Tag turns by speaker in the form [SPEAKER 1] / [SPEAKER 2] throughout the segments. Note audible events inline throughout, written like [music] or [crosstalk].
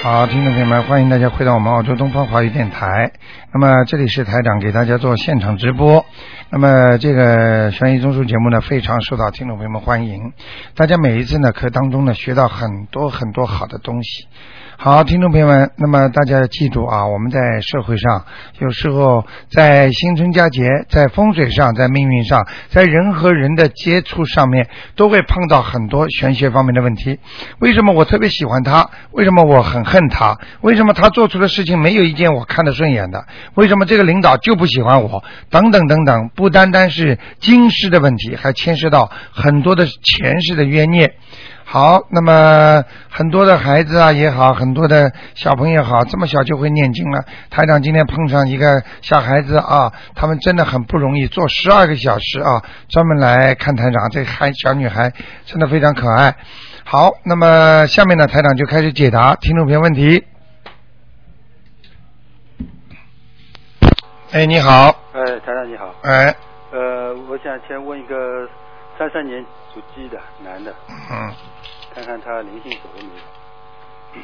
[SPEAKER 1] 好，听众朋友们，欢迎大家回到我们澳洲东方华语电台。那么这里是台长给大家做现场直播。那么这个悬疑综述节目呢，非常受到听众朋友们欢迎。大家每一次呢课当中呢，学到很多很多好的东西。好，听众朋友们，那么大家要记住啊，我们在社会上，有时候在新春佳节，在风水上，在命运上，在人和人的接触上面，都会碰到很多玄学方面的问题。为什么我特别喜欢他？为什么我很恨他？为什么他做出的事情没有一件我看得顺眼的？为什么这个领导就不喜欢我？等等等等，不单单是今世的问题，还牵涉到很多的前世的冤孽。好，那么很多的孩子啊也好，很多的小朋友也好，这么小就会念经了。台长今天碰上一个小孩子啊，他们真的很不容易，坐十二个小时啊，专门来看台长。这孩小女孩真的非常可爱。好，那么下面呢，台长就开始解答听众朋友问题。哎，你好，
[SPEAKER 2] 哎，台长你好，
[SPEAKER 1] 哎，
[SPEAKER 2] 呃，我想先问一个三三年属鸡的男的，
[SPEAKER 1] 嗯，
[SPEAKER 2] 看看他灵性走了没有？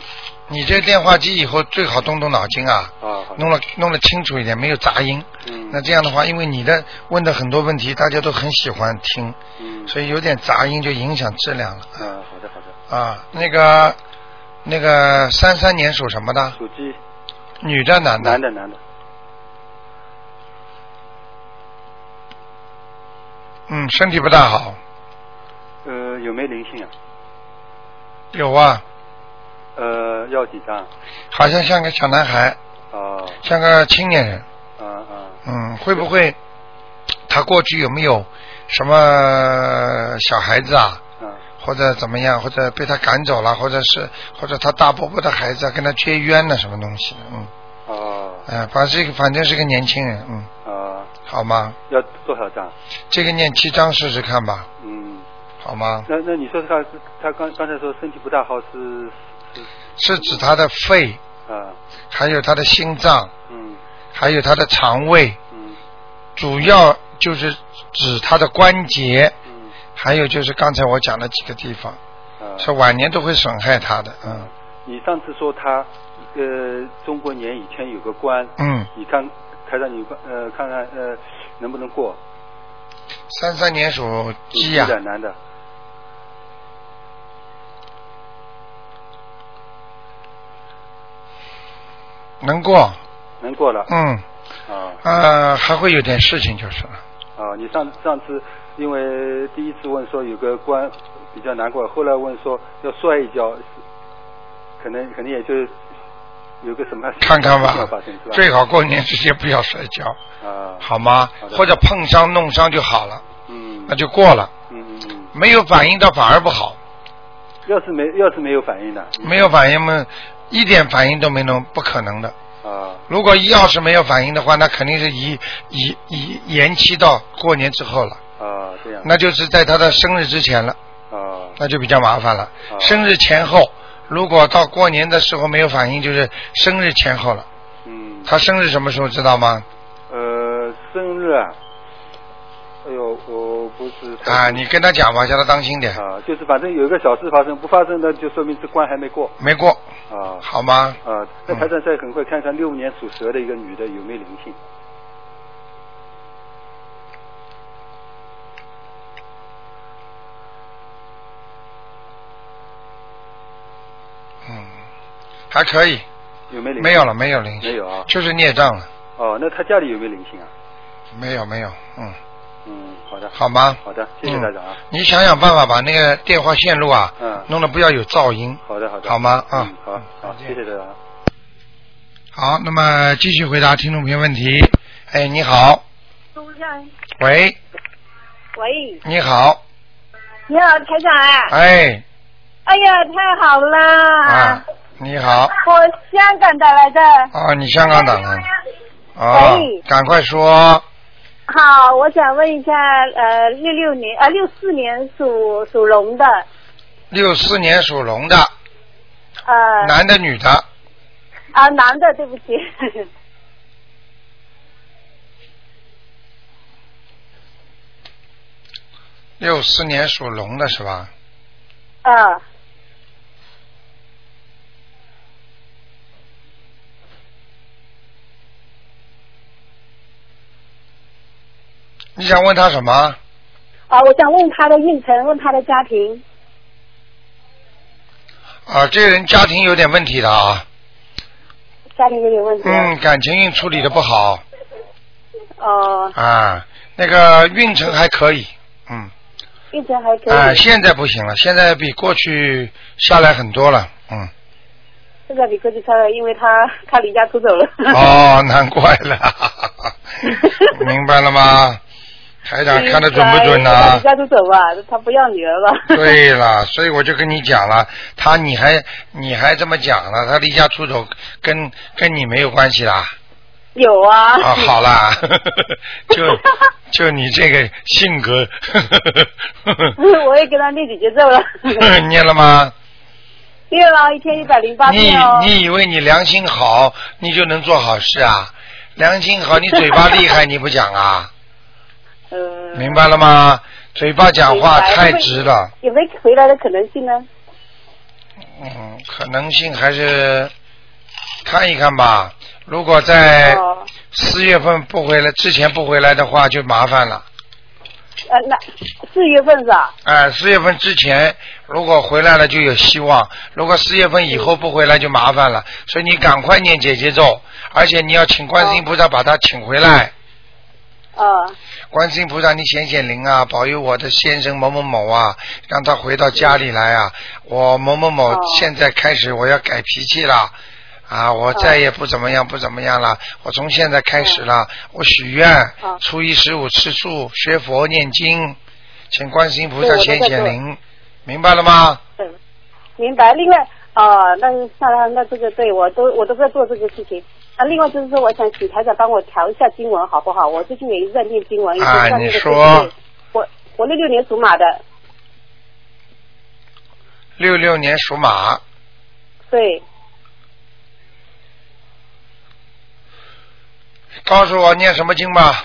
[SPEAKER 1] 你这电话机以后最好动动脑筋啊，
[SPEAKER 2] 啊，好的，
[SPEAKER 1] 弄了弄得清楚一点，没有杂音。
[SPEAKER 2] 嗯，
[SPEAKER 1] 那这样的话，因为你的问的很多问题，大家都很喜欢听，
[SPEAKER 2] 嗯，
[SPEAKER 1] 所以有点杂音就影响质量了
[SPEAKER 2] 啊，好的好的，
[SPEAKER 1] 啊。那个那个三三年属什么的？
[SPEAKER 2] 属鸡，
[SPEAKER 1] 女的男的？
[SPEAKER 2] 男的男的，
[SPEAKER 1] 嗯，身体不大好。
[SPEAKER 2] 呃，有没有灵性啊？
[SPEAKER 1] 有啊，
[SPEAKER 2] 呃，要几张？
[SPEAKER 1] 好像像个小男孩，
[SPEAKER 2] 哦，
[SPEAKER 1] 像个青年人。
[SPEAKER 2] 啊啊，
[SPEAKER 1] 嗯，会不会他过去有没有什么小孩子啊？
[SPEAKER 2] 啊，
[SPEAKER 1] 或者怎么样，或者被他赶走了，或者是或者他大伯伯的孩子啊跟他结冤了，什么东西的？嗯，
[SPEAKER 2] 哦，
[SPEAKER 1] 哎、反正是反正是个年轻人，嗯，
[SPEAKER 2] 啊，
[SPEAKER 1] 好吗？
[SPEAKER 2] 要多少张？
[SPEAKER 1] 这个念七章试试看吧，
[SPEAKER 2] 嗯，
[SPEAKER 1] 好吗？
[SPEAKER 2] 那那你说他是他刚刚才说身体不大好是是
[SPEAKER 1] 是指他的肺，
[SPEAKER 2] 啊，
[SPEAKER 1] 还有他的心脏，
[SPEAKER 2] 嗯
[SPEAKER 1] 还有他的肠胃，
[SPEAKER 2] 嗯
[SPEAKER 1] 主要就是指他的关节，
[SPEAKER 2] 嗯
[SPEAKER 1] 还有就是刚才我讲的几个地方，
[SPEAKER 2] 啊，
[SPEAKER 1] 是晚年都会损害他的，嗯
[SPEAKER 2] 你上次说他，呃，中国年以前有个关，
[SPEAKER 1] 嗯，
[SPEAKER 2] 你看台长你呃看看呃能不能过？
[SPEAKER 1] 三三年属鸡
[SPEAKER 2] 女
[SPEAKER 1] 呀、
[SPEAKER 2] 的男的，
[SPEAKER 1] 能过，
[SPEAKER 2] 能过了
[SPEAKER 1] 嗯
[SPEAKER 2] 啊
[SPEAKER 1] 呃还会有点事情就是了，
[SPEAKER 2] 啊！你上上次因为第一次问说有个关比较难过，后来问说要摔一跤，可能可能也就有个什么
[SPEAKER 1] 看看
[SPEAKER 2] 事情
[SPEAKER 1] 吧
[SPEAKER 2] 发生是吧？，
[SPEAKER 1] 最好过年之前不要摔跤，
[SPEAKER 2] 啊，
[SPEAKER 1] 好吗
[SPEAKER 2] 好？的
[SPEAKER 1] 或者碰伤弄伤就好了，
[SPEAKER 2] 嗯
[SPEAKER 1] 那就过了。
[SPEAKER 2] 嗯嗯嗯，
[SPEAKER 1] 没有反应倒反而不好，
[SPEAKER 2] 要是没要是没有反应呢？
[SPEAKER 1] 没有反应嘛，一点反应都没能，不可能的。
[SPEAKER 2] 啊
[SPEAKER 1] 如果要是没有反应的话，那肯定是移移移延期到过年之后了，
[SPEAKER 2] 啊这样
[SPEAKER 1] 那就是在他的生日之前了，
[SPEAKER 2] 啊
[SPEAKER 1] 那就比较麻烦了。
[SPEAKER 2] 啊
[SPEAKER 1] 生日前后，如果到过年的时候没有反应，就是生日前后了。
[SPEAKER 2] 嗯。
[SPEAKER 1] 他生日什么时候知道吗？
[SPEAKER 2] 呃，生日啊，哎呦，我不是太
[SPEAKER 1] 啊，你跟他讲吧，叫他当心点，
[SPEAKER 2] 啊，就是反正有一个小事发生，不发生的就说明这关还没过
[SPEAKER 1] 没过，
[SPEAKER 2] 啊
[SPEAKER 1] 好嗯吗？
[SPEAKER 2] 啊。那台长再很快看看六五年属蛇的一个女的有没有灵性
[SPEAKER 1] 嗯，还可以，
[SPEAKER 2] 有没有灵性？
[SPEAKER 1] 没有了，没有灵
[SPEAKER 2] 没
[SPEAKER 1] 性，
[SPEAKER 2] 有啊。
[SPEAKER 1] 就是孽障了，
[SPEAKER 2] 哦，那她家里有没有灵性啊？
[SPEAKER 1] 没有没有，嗯，
[SPEAKER 2] 嗯，好的，
[SPEAKER 1] 好吗？嗯
[SPEAKER 2] 好的，谢谢台长啊。
[SPEAKER 1] 你想想办法把那个电话线路啊，
[SPEAKER 2] 嗯
[SPEAKER 1] 弄得不要有噪音。
[SPEAKER 2] 好的，好的，
[SPEAKER 1] 好吗啊
[SPEAKER 2] 嗯，好，好，
[SPEAKER 1] 再见
[SPEAKER 2] 谢谢台长啊。
[SPEAKER 1] 好，那么继续回答听众朋友问题。哎，你好，
[SPEAKER 3] 都让
[SPEAKER 1] 喂，
[SPEAKER 3] 喂，
[SPEAKER 1] 你好，
[SPEAKER 3] 你好，台长啊！
[SPEAKER 1] 哎，
[SPEAKER 3] 哎呀，太好了！
[SPEAKER 1] 啊，你好，
[SPEAKER 3] 我香港打来的。
[SPEAKER 1] 哦，你香港打来了，哦
[SPEAKER 3] 喂，
[SPEAKER 1] 赶快说，
[SPEAKER 3] 好，我想问一下，呃，六六年啊，六四年属属龙的，
[SPEAKER 1] 六四年属龙的，
[SPEAKER 3] 呃，
[SPEAKER 1] 男的女的，
[SPEAKER 3] 啊，男的，对不起。 [laughs]
[SPEAKER 1] 六四年属龙
[SPEAKER 3] 呃
[SPEAKER 1] 的是吧？
[SPEAKER 3] 啊，
[SPEAKER 1] 你想问他什么？
[SPEAKER 3] 啊，我想问他的运程，问他的家庭。
[SPEAKER 1] 啊，这个人家庭有点问题的啊，
[SPEAKER 3] 家庭有点问题。啊
[SPEAKER 1] 嗯，。感情运处理的不好
[SPEAKER 3] 哦、
[SPEAKER 1] 啊，那个运程还可以，嗯，
[SPEAKER 3] 运程还可以。
[SPEAKER 1] 啊，现在不行了，现在比过去下来很多了，嗯，
[SPEAKER 3] 现在比过去差了，因为他 [laughs] 他离家出走了。
[SPEAKER 1] 哦，难怪了， [laughs] 哈哈哈明白了吗？台长哎看的准不准呢、啊
[SPEAKER 3] [laughs] 他离家出走吧，他不要女儿了。
[SPEAKER 1] 对了，所以我就跟你讲了，他你还你还这么讲了，他离家出走跟跟你没有关系啦。
[SPEAKER 3] 有啊。
[SPEAKER 1] 啊，好啦， [laughs] 就就你这个性格，[laughs]
[SPEAKER 3] [laughs] 我也给他念几节奏了，
[SPEAKER 1] 念了吗？
[SPEAKER 3] 念了一天一百零八
[SPEAKER 1] 你
[SPEAKER 3] 遍哦。
[SPEAKER 1] 你以为你良心好，你就能做好事啊？良心
[SPEAKER 3] [laughs]
[SPEAKER 1] 好，你嘴巴厉害，你不讲啊？
[SPEAKER 3] 呃，
[SPEAKER 1] 明白了吗？嘴巴讲话
[SPEAKER 3] 明白
[SPEAKER 1] 太直了，
[SPEAKER 3] 有没有回来的可能性呢？
[SPEAKER 1] 嗯，可能性还是看一看吧。如果在
[SPEAKER 3] 哦，
[SPEAKER 1] 四月份不回来之前不回来的话，就麻烦了。
[SPEAKER 3] 呃，那四月份是吧？
[SPEAKER 1] 哎，四月份之前如果回来了就有希望，如果四月份以后不回来就麻烦了。所以你赶快念姐姐咒，而且你要请观世音菩萨把他请回来。
[SPEAKER 3] 啊、
[SPEAKER 1] 观世音菩萨，你显显灵啊，保佑我的先生某某某啊，让他回到家里来啊！我某某某
[SPEAKER 3] 哦
[SPEAKER 1] 现在开始我要改脾气了，啊，我再也不怎么样不怎么样了，我从现在开始了，我许愿
[SPEAKER 3] 哦，
[SPEAKER 1] 初一十五吃素，学佛念经，请观世音菩萨
[SPEAKER 3] 对我都在
[SPEAKER 1] 显显
[SPEAKER 3] 做
[SPEAKER 1] 灵，明白了吗？
[SPEAKER 3] 嗯，明白。另外，哦，那那那这个对我都我都在做这个事情。啊，另外就是说，我想请台长帮我调一下经文好不好？我最近也一直在念经文，一直
[SPEAKER 1] 啊
[SPEAKER 3] 在那
[SPEAKER 1] 你
[SPEAKER 3] 个
[SPEAKER 1] 说
[SPEAKER 3] 背我我六六年属马的，
[SPEAKER 1] 六六年属马，
[SPEAKER 3] 对，
[SPEAKER 1] 告诉我念什么经吧。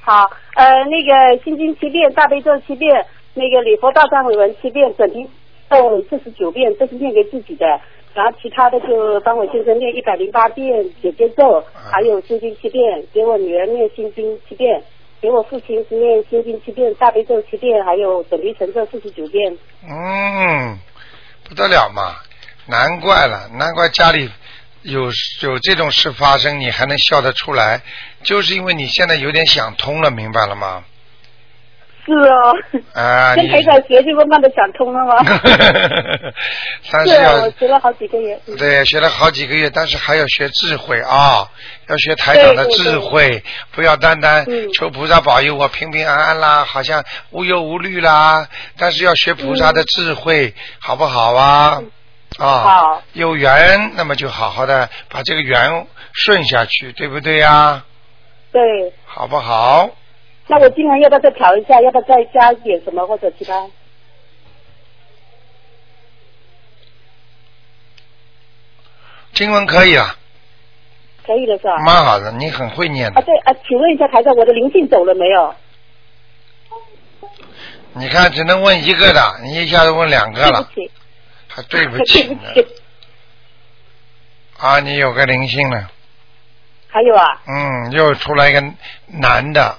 [SPEAKER 3] 好，呃，那个心经七遍，大悲咒七遍，那个礼佛大忏悔文七遍，准提咒四十九遍，这是念给自己的。然后其他的就帮我先生念一百零八遍姐姐咒，还有心经七遍，给我女儿念心经七遍，给我父亲是念心经七遍，大悲咒七遍，还有准提神咒四十九遍。
[SPEAKER 1] 嗯，不得了嘛，难怪了，难怪家里有有这种事发生，你还能笑得出来，就是因为你现在有点想通了，明白了吗？
[SPEAKER 3] 是哦， [laughs]
[SPEAKER 1] 啊、
[SPEAKER 3] 跟
[SPEAKER 1] 你
[SPEAKER 3] 台长学就慢慢的想通了吗？
[SPEAKER 1] 但
[SPEAKER 3] 是
[SPEAKER 1] [laughs] 是
[SPEAKER 3] 啊，我
[SPEAKER 1] 要
[SPEAKER 3] 学了好几个月。嗯
[SPEAKER 1] 对学了好几个月，但是还要学智慧啊，要学台长的
[SPEAKER 3] 对对对
[SPEAKER 1] 智慧，不要单单
[SPEAKER 3] 嗯
[SPEAKER 1] 求菩萨保佑我平平安安啦，好像无忧无虑啦，但是要学菩萨
[SPEAKER 3] 嗯
[SPEAKER 1] 的智慧，好不好啊？啊，
[SPEAKER 3] 好
[SPEAKER 1] 有缘，那么就好好的把这个缘顺下去，对不对呀、
[SPEAKER 3] 对，
[SPEAKER 1] 好不好？
[SPEAKER 3] 那我今年要不要再调一下？要不要再加一点什么或者其他？
[SPEAKER 1] 经文可以了，
[SPEAKER 3] 可以的是吧？
[SPEAKER 1] 蛮好的，你很会念
[SPEAKER 3] 啊，
[SPEAKER 1] 的。
[SPEAKER 3] 对啊，请问一下台长，我的灵性走了没有？
[SPEAKER 1] 你看，只能问一个的，你一下子问两个
[SPEAKER 3] 对不 [laughs]
[SPEAKER 1] 了，
[SPEAKER 3] 起，
[SPEAKER 1] 还对不
[SPEAKER 3] 对
[SPEAKER 1] 起
[SPEAKER 3] 不
[SPEAKER 1] 呢。
[SPEAKER 3] 起。
[SPEAKER 1] 啊，你有个灵性了，
[SPEAKER 3] 还有啊，
[SPEAKER 1] 嗯，又出来一个男的，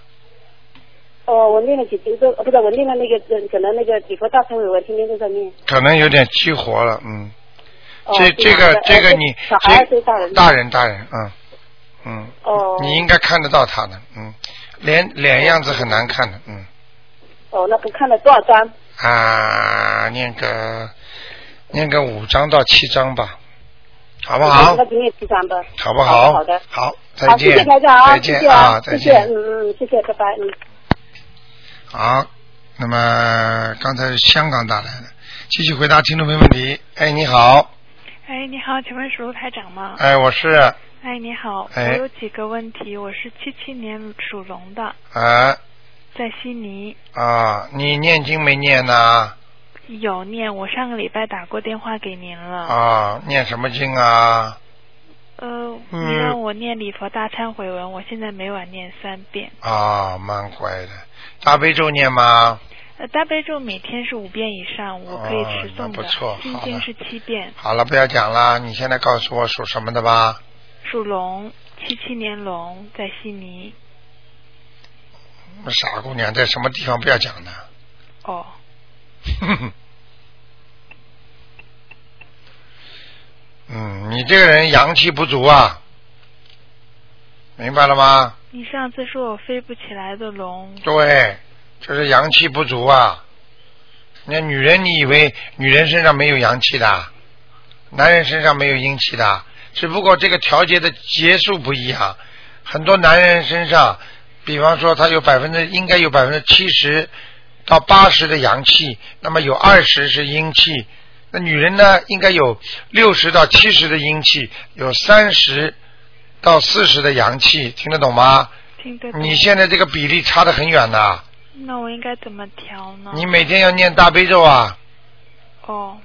[SPEAKER 3] 哦，我念了几经咒，哦不是我念了那个，呃可能那个几佛大忏悔文，天天都在念。
[SPEAKER 1] 可能有点激活了，嗯，
[SPEAKER 3] 哦、
[SPEAKER 1] 这这
[SPEAKER 3] 是
[SPEAKER 1] 个
[SPEAKER 3] 吗
[SPEAKER 1] 这个
[SPEAKER 3] 呃
[SPEAKER 1] 你
[SPEAKER 3] 小孩还
[SPEAKER 1] 这
[SPEAKER 3] 是大人？
[SPEAKER 1] 大。人大人，嗯嗯，
[SPEAKER 3] 哦。
[SPEAKER 1] 你应该看得到他的，嗯，脸脸样子很难看的，嗯
[SPEAKER 3] 哦，那不看了多少张？
[SPEAKER 1] 啊，念个念个五张到七张吧，好不
[SPEAKER 3] 嗯
[SPEAKER 1] 好
[SPEAKER 3] 那？就念七张吧。
[SPEAKER 1] 好不
[SPEAKER 3] 好
[SPEAKER 1] 好？
[SPEAKER 3] 的好的
[SPEAKER 1] 好，再
[SPEAKER 3] 好，谢
[SPEAKER 1] 见，
[SPEAKER 3] 谢台长啊，
[SPEAKER 1] 再
[SPEAKER 3] 谢
[SPEAKER 1] 见
[SPEAKER 3] 谢啊，
[SPEAKER 1] 再
[SPEAKER 3] 谢谢，
[SPEAKER 1] 见。
[SPEAKER 3] 嗯嗯，谢谢，拜拜，嗯。
[SPEAKER 1] 好，那么刚才是香港打来的，继续回答听众朋友问题。哎，你好，
[SPEAKER 4] 哎，你好，请问是卢台长吗？
[SPEAKER 1] 哎，我是啊、
[SPEAKER 4] 哎，你好，
[SPEAKER 1] 哎
[SPEAKER 4] 我有几个问题，我是七七年属龙的，
[SPEAKER 1] 呃
[SPEAKER 4] 在悉尼
[SPEAKER 1] 啊，你念经没念呢？
[SPEAKER 4] 有念，我上个礼拜打过电话给您了。
[SPEAKER 1] 啊，念什么经啊？
[SPEAKER 4] 呃，
[SPEAKER 1] 嗯
[SPEAKER 4] 你让我念礼佛大忏悔文，我现在每晚念三遍。
[SPEAKER 1] 啊，蛮乖的，大悲咒念吗？
[SPEAKER 4] 呃，大悲咒每天是五遍以上，我可以持
[SPEAKER 1] 哦那
[SPEAKER 4] 诵
[SPEAKER 1] 不
[SPEAKER 4] 的。
[SPEAKER 1] 错
[SPEAKER 4] 心
[SPEAKER 1] 好的
[SPEAKER 4] 经是七遍，
[SPEAKER 1] 好了，不要讲了，你现在告诉我属什么的吧？
[SPEAKER 4] 属龙，七七年龙，在悉尼。
[SPEAKER 1] 个傻姑娘在什么地方不要讲的。
[SPEAKER 4] 哦，
[SPEAKER 1] [laughs] 嗯，你这个人阳气不足啊，明白了吗？
[SPEAKER 4] 你上次说我飞不起来的龙，
[SPEAKER 1] 对，就是阳气不足啊。那女人，你以为女人身上没有阳气的，男人身上没有阴气的，只不过这个调节的节数不一样。很多男人身上，比方说他有百分之应该有百分之七十到八十的阳气，那么有二十是阴气。那女人呢，应该有六十到七十的阴气，有三十到四十的阳气，听得懂吗？
[SPEAKER 4] 听得懂？
[SPEAKER 1] 你现在这个比例差得很远呐、
[SPEAKER 4] 那我应该怎么调呢？
[SPEAKER 1] 你每天要念大悲咒啊，
[SPEAKER 4] 哦，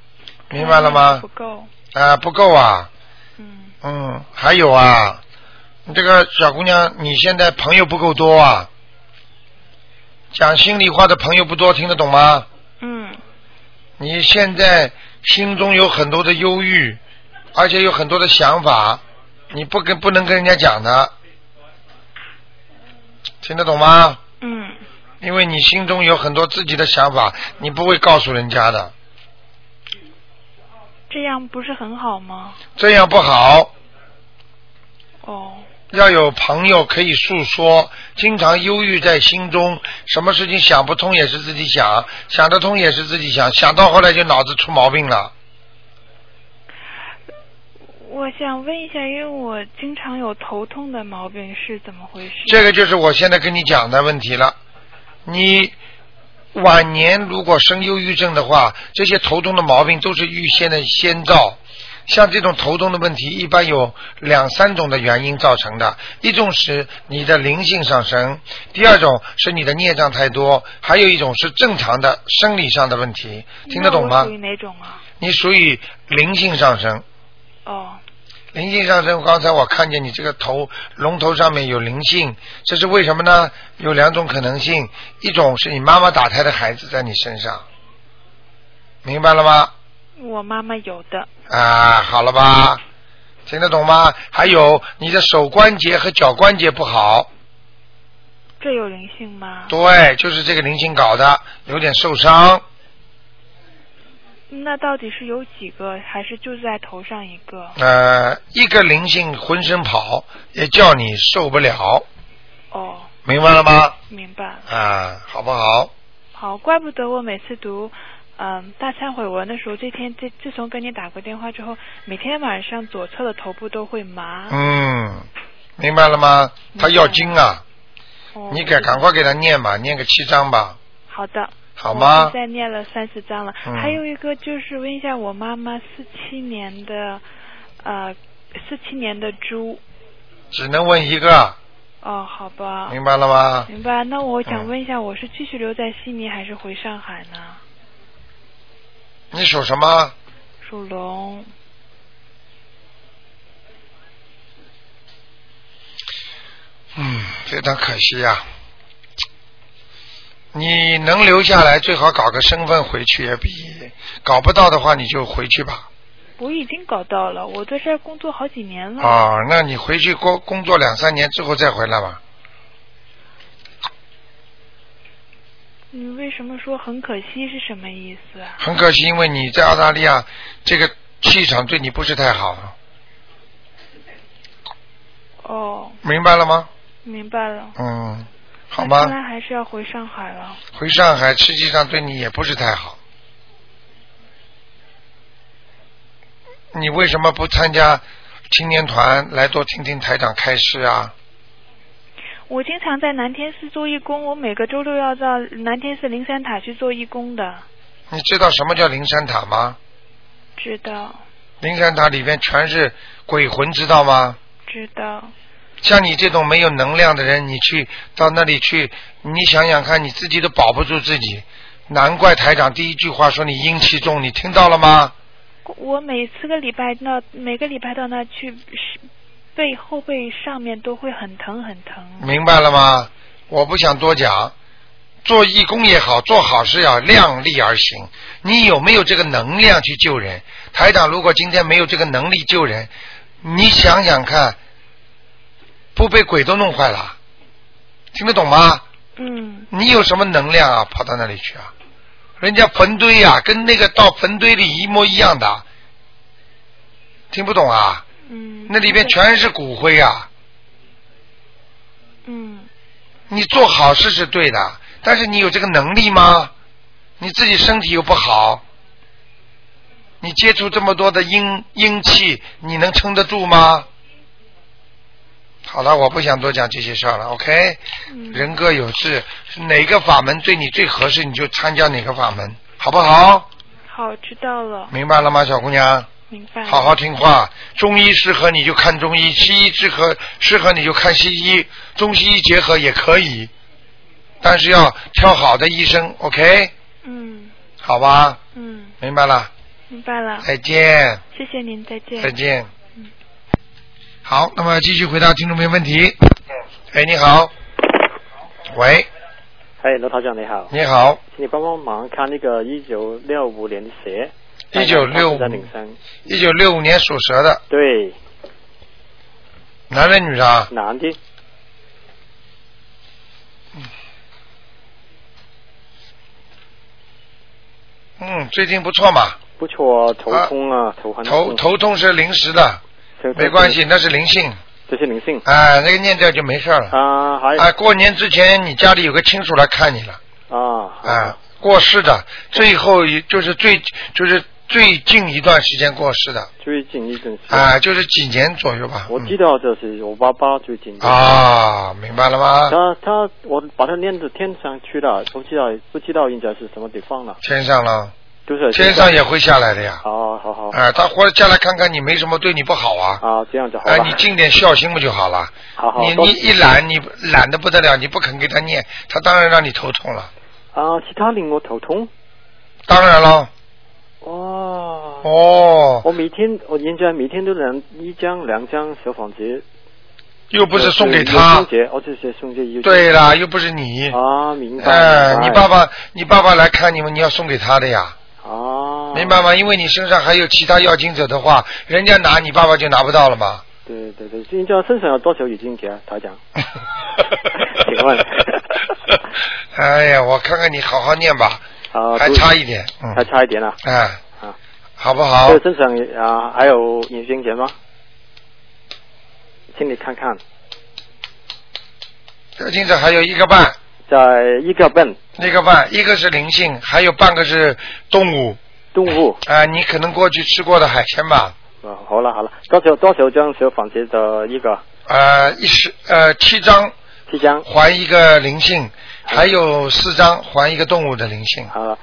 [SPEAKER 1] 明白了吗
[SPEAKER 4] 不？够，
[SPEAKER 1] 啊，不够啊，
[SPEAKER 4] 嗯，
[SPEAKER 1] 嗯，还有啊，你这个小姑娘，你现在朋友不够多啊，讲心里话的朋友不多，听得懂吗？
[SPEAKER 4] 嗯，
[SPEAKER 1] 你现在心中有很多的忧郁，而且有很多的想法，你不跟不能跟人家讲的，听得懂吗？
[SPEAKER 4] 嗯，
[SPEAKER 1] 因为你心中有很多自己的想法，你不会告诉人家的，
[SPEAKER 4] 这样不是很好吗？
[SPEAKER 1] 这样不好。
[SPEAKER 4] 哦，
[SPEAKER 1] 要有朋友可以诉说，经常忧郁在心中，什么事情想不通也是自己想，想得通也是自己想，想到后来就脑子出毛病了。
[SPEAKER 4] 我想问一下，因为我经常有头痛的毛病，是怎么回事？
[SPEAKER 1] 这个就是我现在跟你讲的问题了。你晚年如果生忧郁症的话，这些头痛的毛病都是预先的先兆。像这种头痛的问题，一般有两三种的原因造成的，一种是你的灵性上升，第二种是你的孽障太多，还有一种是正常的生理上的问题，听得懂
[SPEAKER 4] 那
[SPEAKER 1] 吗
[SPEAKER 4] 我属？于哪种啊？
[SPEAKER 1] 你属于灵性上升，
[SPEAKER 4] 哦，
[SPEAKER 1] 灵性上升，刚才我看见你这个头龙头上面有灵性，这是为什么呢？有两种可能性，一种是你妈妈打胎的孩子在你身上，明白了吗？
[SPEAKER 4] 我妈妈有的，
[SPEAKER 1] 啊，好了吧，听得懂吗？还有你的手关节和脚关节不好，
[SPEAKER 4] 这有灵性吗？
[SPEAKER 1] 对，就是这个灵性搞的，有点受伤。
[SPEAKER 4] 那到底是有几个，还是就在头上一个？
[SPEAKER 1] 呃，一个灵性浑身跑，也叫你受不了，
[SPEAKER 4] 哦，
[SPEAKER 1] 明白了吗？
[SPEAKER 4] 明白了。
[SPEAKER 1] 啊，好不好？
[SPEAKER 4] 好，怪不得我每次读嗯大忏悔文的时候，这天自自从跟你打过电话之后，每天晚上左侧的头部都会麻。
[SPEAKER 1] 嗯，明白了吗？他要经啊，
[SPEAKER 4] 哦
[SPEAKER 1] 你给赶快给他念吧，念个七章吧，
[SPEAKER 4] 好的。
[SPEAKER 1] 好吗
[SPEAKER 4] 我？再念了三四章了，
[SPEAKER 1] 嗯
[SPEAKER 4] 还有一个就是问一下我妈妈四七年的，呃，四七年的猪。
[SPEAKER 1] 只能问一个，
[SPEAKER 4] 哦，好吧。
[SPEAKER 1] 明白了吗？
[SPEAKER 4] 明白，那我想
[SPEAKER 1] 嗯
[SPEAKER 4] 问一下，我是继续留在悉尼还是回上海呢？
[SPEAKER 1] 你属什么？
[SPEAKER 4] 属龙，
[SPEAKER 1] 嗯，非常可惜呀、你能留下来，最好搞个身份回去，也比搞不到的话你就回去吧。
[SPEAKER 4] 我已经搞到了，我在这儿工作好几年了。
[SPEAKER 1] 啊，那你回去工工作两三年之后再回来吧。
[SPEAKER 4] 你为什么说很可惜是什么意思啊？
[SPEAKER 1] 很可惜，因为你在澳大利亚这个气场对你不是太好，
[SPEAKER 4] 哦，
[SPEAKER 1] 明白了吗？
[SPEAKER 4] 明白了。
[SPEAKER 1] 嗯，好
[SPEAKER 4] 那
[SPEAKER 1] 吗？
[SPEAKER 4] 看来还是要回上海了。
[SPEAKER 1] 回上海，实际上对你也不是太好。你为什么不参加青年团，来多听听台长开示啊？
[SPEAKER 4] 我经常在南天寺做义工，我每个周六要到南天寺灵山塔去做义工的。
[SPEAKER 1] 你知道什么叫灵山塔吗？
[SPEAKER 4] 知道，
[SPEAKER 1] 灵山塔里面全是鬼魂，知道吗？
[SPEAKER 4] 知道。
[SPEAKER 1] 像你这种没有能量的人，你去到那里去，你想想看，你自己都保不住自己，难怪台长第一句话说你阴气重，你听到了吗？
[SPEAKER 4] 我每次个礼拜到每个礼拜到那去，是背后背上面都会很疼很疼。
[SPEAKER 1] 明白了吗？我不想多讲。做义工也好，做好事要量力而行。你有没有这个能量去救人？台长，如果今天没有这个能力救人，你想想看，不被鬼都弄坏了，听得懂吗？
[SPEAKER 4] 嗯
[SPEAKER 1] 你有什么能量啊，跑到那里去啊？人家坟堆呀、跟那个到坟堆里一模一样的，听不懂啊？
[SPEAKER 4] 嗯，
[SPEAKER 1] 那里边全是骨灰啊！
[SPEAKER 4] 嗯
[SPEAKER 1] 你做好事是对的，但是你有这个能力吗？你自己身体又不好，你接触这么多的阴阴气，你能撑得住吗？好了，我不想多讲这些事儿了，OK？
[SPEAKER 4] 嗯，
[SPEAKER 1] 人各有志，哪个法门对你最合适，你就参加哪个法门，好不好？
[SPEAKER 4] 好，知道了，
[SPEAKER 1] 明白了吗，小姑娘？
[SPEAKER 4] 明白了。
[SPEAKER 1] 好好听话，中医适合你就看中医，西医适合适合你就看西医，中西医结合也可以，但是要挑好的医生，OK？
[SPEAKER 4] 嗯
[SPEAKER 1] 好吧，
[SPEAKER 4] 嗯，
[SPEAKER 1] 明白了，
[SPEAKER 4] 明白了，
[SPEAKER 1] 再见，
[SPEAKER 4] 谢谢您，再见。
[SPEAKER 1] 再见
[SPEAKER 4] 嗯。
[SPEAKER 1] 好，那么继续回答听众朋友问题。哎，你好，喂，
[SPEAKER 5] 哎，罗台长你好，
[SPEAKER 1] 你好，
[SPEAKER 5] 请你帮帮忙看那个一九六五年的蛇，
[SPEAKER 1] 哎1965
[SPEAKER 5] 在岭山，
[SPEAKER 1] 一九六五年属蛇的，
[SPEAKER 5] 对，
[SPEAKER 1] 男的女的啊？
[SPEAKER 5] 男的，
[SPEAKER 1] 嗯，最近不错嘛，
[SPEAKER 5] 不错，头痛啊，头很
[SPEAKER 1] 头
[SPEAKER 5] 痛，
[SPEAKER 1] 头痛是临时的，
[SPEAKER 5] 这
[SPEAKER 1] 没关，系，那是灵性，
[SPEAKER 5] 这是灵性
[SPEAKER 1] 哎，那个念掉就没事了。
[SPEAKER 5] 啊，还
[SPEAKER 1] 哎，过年之前你家里有个亲属来看你了，
[SPEAKER 5] 啊，
[SPEAKER 1] 啊，过世的，最后一就是最就是最近一段时间过世的，
[SPEAKER 5] 最近一阵时，
[SPEAKER 1] 啊，就是几年左右吧。
[SPEAKER 5] 我
[SPEAKER 1] 嗯
[SPEAKER 5] 知道这是我爸爸最近，
[SPEAKER 1] 啊，明白了吗？
[SPEAKER 5] 他他我把他念到天上去了，不知道不知道应该是什么地方了，
[SPEAKER 1] 天上了，
[SPEAKER 5] 就是
[SPEAKER 1] 天上也会下来的呀。
[SPEAKER 5] 啊，呃好好
[SPEAKER 1] 啊，他活着下来看看你没什么对你不好啊。
[SPEAKER 5] 啊，这样就好
[SPEAKER 1] 哎，
[SPEAKER 5] 了
[SPEAKER 1] 你，尽点孝心不就好了？
[SPEAKER 5] 好好，
[SPEAKER 1] 你
[SPEAKER 5] 多
[SPEAKER 1] 你一懒，你懒得不得了，你不肯给他念，他当然让你头痛了。
[SPEAKER 5] 啊，其他令我头痛，
[SPEAKER 1] 当然了，
[SPEAKER 5] 哇，
[SPEAKER 1] 哦，
[SPEAKER 5] 我每天，我现在每天都两一张两张小房子，
[SPEAKER 1] 又不是送给
[SPEAKER 5] 呃有
[SPEAKER 1] 他
[SPEAKER 5] 中。介，我就是送给有中介
[SPEAKER 1] 对啦，又不是你。
[SPEAKER 5] 啊，明白。
[SPEAKER 1] 哎，
[SPEAKER 5] 明白
[SPEAKER 1] 你爸爸，你爸爸来看你们，你要送给他的呀，
[SPEAKER 5] 啊，
[SPEAKER 1] 明白？吗？因为你身上还有其他要经者的话，人家拿你爸爸就拿不到了
[SPEAKER 5] [laughs]
[SPEAKER 1] 嘛。
[SPEAKER 5] 对对对，现在身上有多少已经给啊？台长？请问
[SPEAKER 1] 哎呀，我看看你好好念吧，
[SPEAKER 5] 啊，
[SPEAKER 1] 还
[SPEAKER 5] 都
[SPEAKER 1] 差一点，
[SPEAKER 5] 还
[SPEAKER 1] 嗯，
[SPEAKER 5] 差一点啊。
[SPEAKER 1] 哎
[SPEAKER 5] 啊，
[SPEAKER 1] 好不好
[SPEAKER 5] 这？身上啊还有隐形钱吗？请你看看，
[SPEAKER 1] 这经者还有一个半，
[SPEAKER 5] 在一个笨
[SPEAKER 1] 那个半，一个是灵性，还有半个是动物。
[SPEAKER 5] 动物。
[SPEAKER 1] 啊，你可能过去吃过的海鲜吧？
[SPEAKER 5] 啊，好了好了，多少多少张小房子的一个
[SPEAKER 1] 呃，一十呃七张
[SPEAKER 5] 七张？
[SPEAKER 1] 还一个灵性，还有四张还一个动物的灵性。
[SPEAKER 5] 啊，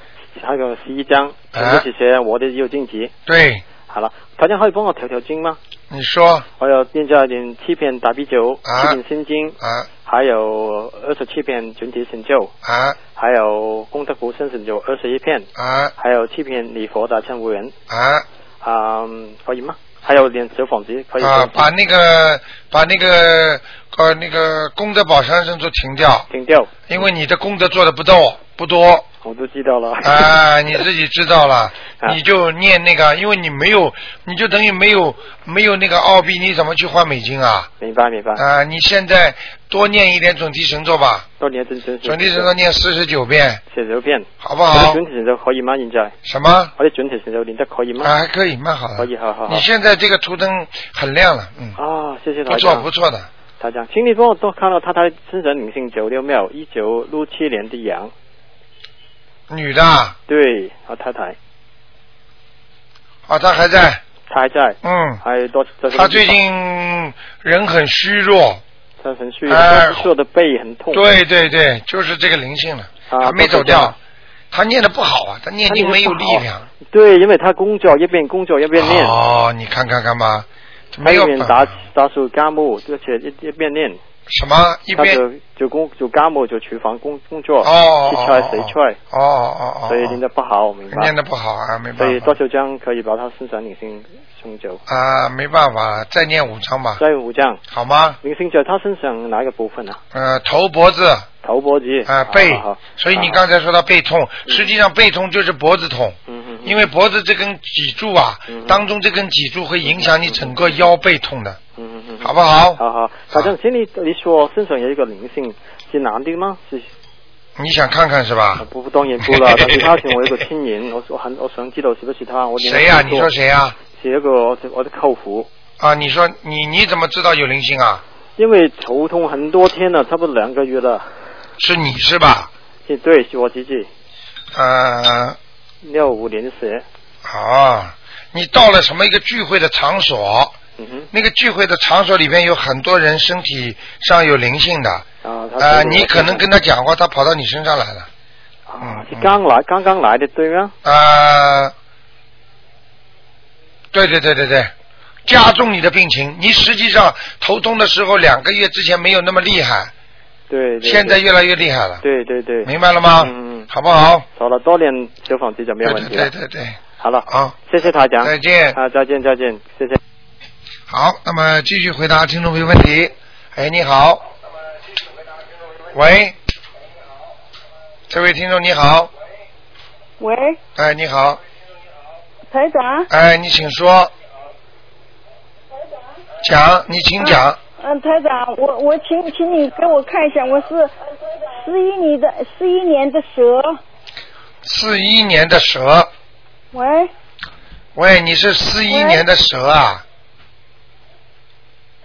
[SPEAKER 5] 还有十一张，全
[SPEAKER 1] 啊
[SPEAKER 5] 部谢谢我的右镜集。
[SPEAKER 1] 对，
[SPEAKER 5] 好了，大家可以帮我调调经吗？
[SPEAKER 1] 你说
[SPEAKER 5] 我有念在念七片大啤酒，
[SPEAKER 1] 啊
[SPEAKER 5] 七片心经，
[SPEAKER 1] 啊
[SPEAKER 5] 还有二十七片准提神咒，
[SPEAKER 1] 啊
[SPEAKER 5] 还有功德无生神咒二十一片，
[SPEAKER 1] 啊
[SPEAKER 5] 还有七片礼佛的忏悔文，
[SPEAKER 1] 啊
[SPEAKER 5] 啊、嗯可以吗？还有点小房子可以
[SPEAKER 1] 啊！
[SPEAKER 5] 吗
[SPEAKER 1] 把那个把那个呃那个功德宝山神咒停掉，
[SPEAKER 5] 停掉，
[SPEAKER 1] 因为你的功德做的不够不多
[SPEAKER 5] 我都知道了。
[SPEAKER 1] 啊，你自己知道了，
[SPEAKER 5] 啊
[SPEAKER 1] 你就念那个，因为你没有，你就等于没有没有那个澳币，你怎么去换美金啊？
[SPEAKER 5] [laughs] 明白明白，
[SPEAKER 1] 啊，你现在多念一点准提神咒吧，
[SPEAKER 5] 多年真真是
[SPEAKER 1] 准提神咒念四十九遍，
[SPEAKER 5] 写九片，
[SPEAKER 1] 好不
[SPEAKER 5] 我
[SPEAKER 1] 好
[SPEAKER 5] 的？准提神咒可以吗？现在
[SPEAKER 1] 什么？
[SPEAKER 5] 我的准提神咒念得可以吗？
[SPEAKER 1] 啊，还可以，蛮好的。
[SPEAKER 5] 可以嗯好好好
[SPEAKER 1] 你现在这个图腾很亮了，嗯，
[SPEAKER 5] 啊，谢谢
[SPEAKER 1] 不
[SPEAKER 5] 台
[SPEAKER 1] 错
[SPEAKER 5] 长
[SPEAKER 1] 不。错的。
[SPEAKER 5] 台长，请你帮我多看到他的身上灵性走了没有？一九六七年的羊，
[SPEAKER 1] 女的啊，
[SPEAKER 5] 对，我太太，
[SPEAKER 1] 啊，她还在，
[SPEAKER 5] 她还在，
[SPEAKER 1] 嗯，
[SPEAKER 5] 还有多，这是
[SPEAKER 1] 她最近人很虚弱，
[SPEAKER 5] 她很虚，
[SPEAKER 1] 哎
[SPEAKER 5] 她说的背很痛，，
[SPEAKER 1] 对对对，就是这个灵性了，
[SPEAKER 5] 啊
[SPEAKER 1] 还没走掉。她念的不好啊，她念
[SPEAKER 5] 她
[SPEAKER 1] 经
[SPEAKER 5] 念得
[SPEAKER 1] 没有
[SPEAKER 5] 不
[SPEAKER 1] 力
[SPEAKER 5] 好
[SPEAKER 1] 量。
[SPEAKER 5] 对，因为她工作一边工作一边念，
[SPEAKER 1] 哦，你看看干嘛？
[SPEAKER 5] 她
[SPEAKER 1] 没
[SPEAKER 5] 一
[SPEAKER 1] 有
[SPEAKER 5] 边
[SPEAKER 1] 办
[SPEAKER 5] 打
[SPEAKER 1] 法
[SPEAKER 5] 打扫家务，而且一一边念，
[SPEAKER 1] 什么一
[SPEAKER 5] 她
[SPEAKER 1] 边
[SPEAKER 5] 就就工就家务就厨房工工作，
[SPEAKER 1] 哦哦
[SPEAKER 5] 切
[SPEAKER 1] 哦
[SPEAKER 5] 菜洗菜，
[SPEAKER 1] 哦哦哦，
[SPEAKER 5] 所以念得不好，明白
[SPEAKER 1] 念？的不好啊，没
[SPEAKER 5] 所
[SPEAKER 1] 办
[SPEAKER 5] 以多
[SPEAKER 1] 法
[SPEAKER 5] 少张可以把她身上灵性送走？
[SPEAKER 1] 啊，没办法，再念五章吧，
[SPEAKER 5] 再五张，
[SPEAKER 1] 好吗？
[SPEAKER 5] 灵性在她身上哪一个部分啊？
[SPEAKER 1] 呃，头脖子
[SPEAKER 5] 头脖子
[SPEAKER 1] 啊背
[SPEAKER 5] 哎好好好，
[SPEAKER 1] 所以你
[SPEAKER 5] 好
[SPEAKER 1] 刚才说到背痛，实际上背痛就是脖子痛，
[SPEAKER 5] 啊嗯嗯嗯
[SPEAKER 1] 因为脖子这根脊柱啊
[SPEAKER 5] 嗯，嗯
[SPEAKER 1] 当中这根脊柱会影响你整个腰背痛的，
[SPEAKER 5] 嗯嗯嗯，
[SPEAKER 1] 好不好？啊
[SPEAKER 5] 好好，反正请你你说身上有一个灵性，是男的吗？是啊
[SPEAKER 1] 你想看看是吧？
[SPEAKER 5] 不不当然不
[SPEAKER 1] [laughs]
[SPEAKER 5] 啦，但是他前我一個親人，我我很我想知道是不是他，我點
[SPEAKER 1] 谁呀、啊你说？谁呀、
[SPEAKER 5] 是一個我的我的舅父，
[SPEAKER 1] 啊？你说你你怎么知道有灵性啊？
[SPEAKER 5] 因為頭痛很多天了，差不多兩個月了。
[SPEAKER 1] 是你是吧？
[SPEAKER 5] 是對，是我自己，
[SPEAKER 1] 呃，
[SPEAKER 5] 六五年蛇。
[SPEAKER 1] 啊，你到了什么一个聚会的场所？
[SPEAKER 5] 嗯
[SPEAKER 1] 那个聚会的场所里边有很多人身体上有灵性的，
[SPEAKER 5] 哼，啊，他
[SPEAKER 1] 呃，你可能跟他讲话，他跑到你身上来了。
[SPEAKER 5] 啊，是剛來，剛剛來的，對嗎？
[SPEAKER 1] 呃，对对对对对，加重你的病情。你实际上头痛的时候，两个月之前没有那么厉害，
[SPEAKER 5] 對，對
[SPEAKER 1] 现在越来越厉害了，
[SPEAKER 5] 對對對，
[SPEAKER 1] 明白了吗？
[SPEAKER 5] 嗯嗯嗯
[SPEAKER 1] 好不好？
[SPEAKER 5] 好了，多練小房子就沒有
[SPEAKER 1] 对
[SPEAKER 5] 問
[SPEAKER 1] 对
[SPEAKER 5] 題了
[SPEAKER 1] 对。对对，啊
[SPEAKER 5] 好了，
[SPEAKER 1] 好，
[SPEAKER 5] 謝謝台長。
[SPEAKER 1] 再见。
[SPEAKER 5] 啊，再見再見，謝謝。
[SPEAKER 1] 好，那么继续回答听众朋友问题。哎，你好。喂，这位听众你好。
[SPEAKER 6] 喂，
[SPEAKER 1] 哎，你好。
[SPEAKER 6] 台长，
[SPEAKER 1] 哎，你请说。讲，你请讲。
[SPEAKER 6] 嗯，台长，我我请请你给我看一下，我是十一年的十一年的蛇，
[SPEAKER 1] 四一年的蛇，
[SPEAKER 6] 喂，
[SPEAKER 1] 喂，你是四一
[SPEAKER 6] 喂
[SPEAKER 1] 年的蛇啊？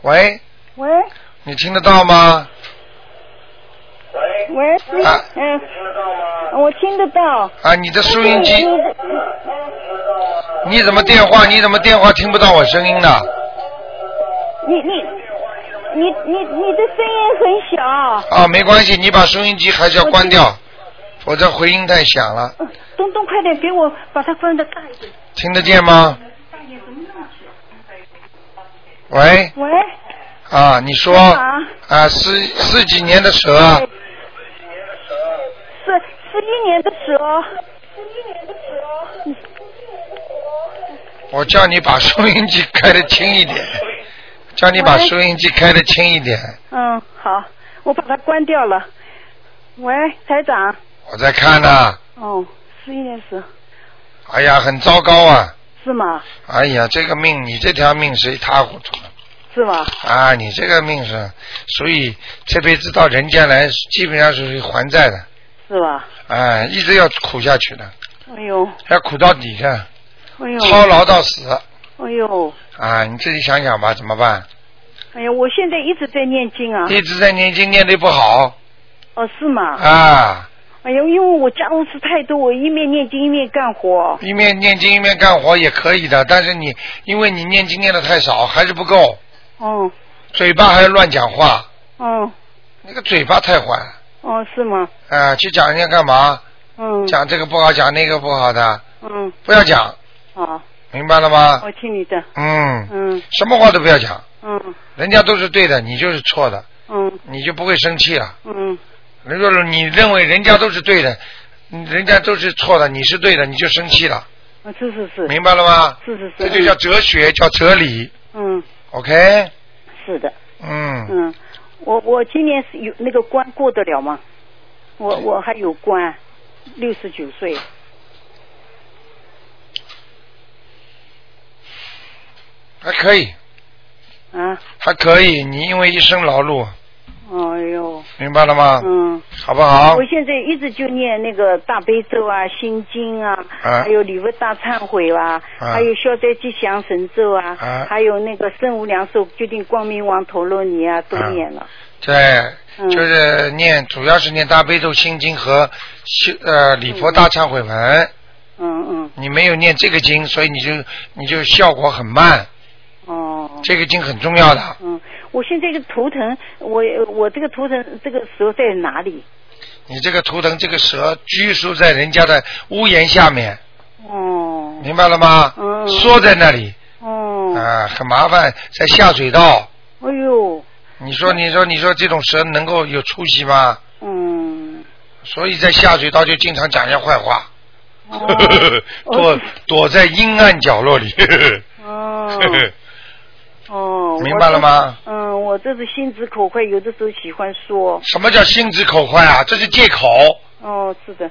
[SPEAKER 1] 喂，
[SPEAKER 6] 喂
[SPEAKER 1] 你听得到吗？
[SPEAKER 6] 喂，十一，
[SPEAKER 1] 啊
[SPEAKER 6] 嗯，我听得到，
[SPEAKER 1] 啊，你的收音机，
[SPEAKER 6] 你
[SPEAKER 1] 你怎么电话？你怎么电话听不到我声音呢？
[SPEAKER 6] 你你你你你的声音很小，
[SPEAKER 1] 啊，没关系，你把收音机还是要
[SPEAKER 6] 我
[SPEAKER 1] 关
[SPEAKER 6] 听
[SPEAKER 1] 掉，否则回音太响了。
[SPEAKER 6] 东东快点给我把它放的大一点，
[SPEAKER 1] 听得见吗？喂，
[SPEAKER 6] 喂，
[SPEAKER 1] 啊，你说
[SPEAKER 6] 干嘛
[SPEAKER 1] 啊，四四几年的蛇，
[SPEAKER 6] 是十一年的蛇，
[SPEAKER 1] 我叫你把收音机开的轻一点，叫你把收音机开的轻一点，
[SPEAKER 6] 嗯，好，我把它关掉了，喂，台长，
[SPEAKER 1] 我在看啊呢、
[SPEAKER 6] 哦，十一年蛇
[SPEAKER 1] 哎呀，很糟糕啊！
[SPEAKER 6] 是吗？
[SPEAKER 1] 哎呀，这个命，你这条命是一塌糊涂的
[SPEAKER 6] 是吧？
[SPEAKER 1] 啊！你这个命是，所以这辈子到人间来，基本上是还债的，
[SPEAKER 6] 是吧？
[SPEAKER 1] 哎，一直要苦下去的，
[SPEAKER 6] 哎呦，
[SPEAKER 1] 要苦到底的，
[SPEAKER 6] 哎呦，
[SPEAKER 1] 操劳到死。
[SPEAKER 6] 哎呦，
[SPEAKER 1] 啊，你自己想想吧，怎么办？
[SPEAKER 6] 哎呀，我现在一直在念经啊。
[SPEAKER 1] 一直在念经念的不好
[SPEAKER 6] 哦，是吗？
[SPEAKER 1] 啊，
[SPEAKER 6] 哎呀，因为我家务事太多，我一面念经一面干活。
[SPEAKER 1] 一面念经一面干活也可以的，但是你因为你念经念的太少，还是不够，
[SPEAKER 6] 哦，
[SPEAKER 1] 嘴巴还要乱讲话，
[SPEAKER 6] 哦，
[SPEAKER 1] 那个嘴巴太坏了
[SPEAKER 6] 哦，是吗？
[SPEAKER 1] 啊，去讲人家干嘛？
[SPEAKER 6] 嗯，
[SPEAKER 1] 讲这个不好，讲那个不好的，
[SPEAKER 6] 嗯，
[SPEAKER 1] 不要讲，
[SPEAKER 6] 好，
[SPEAKER 1] 明白了吗？
[SPEAKER 6] 我听你的。
[SPEAKER 1] 嗯，
[SPEAKER 6] 嗯，
[SPEAKER 1] 什么话都不要讲，
[SPEAKER 6] 嗯，
[SPEAKER 1] 人家都是对的，你就是错的，
[SPEAKER 6] 嗯，
[SPEAKER 1] 你就不会生气了。
[SPEAKER 6] 嗯，
[SPEAKER 1] 如果你认为人家都是对的，人家都是错的，你是对的，你就生气了。
[SPEAKER 6] 啊是是是，
[SPEAKER 1] 明白了吗？
[SPEAKER 6] 是是是，
[SPEAKER 1] 这就叫哲学，叫哲理。
[SPEAKER 6] 嗯，嗯
[SPEAKER 1] OK，
[SPEAKER 6] 是的，
[SPEAKER 1] 嗯，
[SPEAKER 6] 嗯，我我今年是有那个关过得了吗？我我还有关，六十九岁。
[SPEAKER 1] 还可以，
[SPEAKER 6] 啊，
[SPEAKER 1] 还可以。你因为一生劳碌，
[SPEAKER 6] 哎呦，
[SPEAKER 1] 明白了吗？
[SPEAKER 6] 嗯，
[SPEAKER 1] 好不好
[SPEAKER 6] 我？现在一直就念那个大悲咒啊、心经啊，
[SPEAKER 1] 啊
[SPEAKER 6] 还有礼佛大忏悔啊，
[SPEAKER 1] 啊
[SPEAKER 6] 还有消灾吉祥神咒啊，
[SPEAKER 1] 啊
[SPEAKER 6] 还有那个圣无量寿决定光明王陀罗尼啊，都
[SPEAKER 1] 啊
[SPEAKER 6] 念了。
[SPEAKER 1] 对，
[SPEAKER 6] 嗯
[SPEAKER 1] 就是念，主要是念大悲咒心经和心呃礼佛大忏悔文。
[SPEAKER 6] 嗯
[SPEAKER 1] 你没有念这个经，所以你就你就效果很慢。
[SPEAKER 6] 嗯，哦。
[SPEAKER 1] 这个经很重要的，
[SPEAKER 6] 嗯，我现在这个图腾，我我这个图腾这个时候在哪里？
[SPEAKER 1] 你这个图腾这个蛇拘束在人家的屋檐下面，
[SPEAKER 6] 哦
[SPEAKER 1] 明白了吗？
[SPEAKER 6] 嗯
[SPEAKER 1] 缩在那里啊、
[SPEAKER 6] 哦，
[SPEAKER 1] 很麻烦，在下水道。
[SPEAKER 6] 哎呦，
[SPEAKER 1] 你说，你说，你说这种蛇能够有出息吗？
[SPEAKER 6] 嗯，
[SPEAKER 1] 所以在下水道就经常讲人家坏话，
[SPEAKER 6] 哦
[SPEAKER 1] [laughs] 躲躲在阴暗角落里，
[SPEAKER 6] 哦
[SPEAKER 1] [laughs]
[SPEAKER 6] 哦，
[SPEAKER 1] 明白了吗
[SPEAKER 6] 我这？嗯，我这是心直口快，有的时候喜欢说。
[SPEAKER 1] [laughs] 什么叫心直口快啊？这是借口，
[SPEAKER 6] 哦，是的，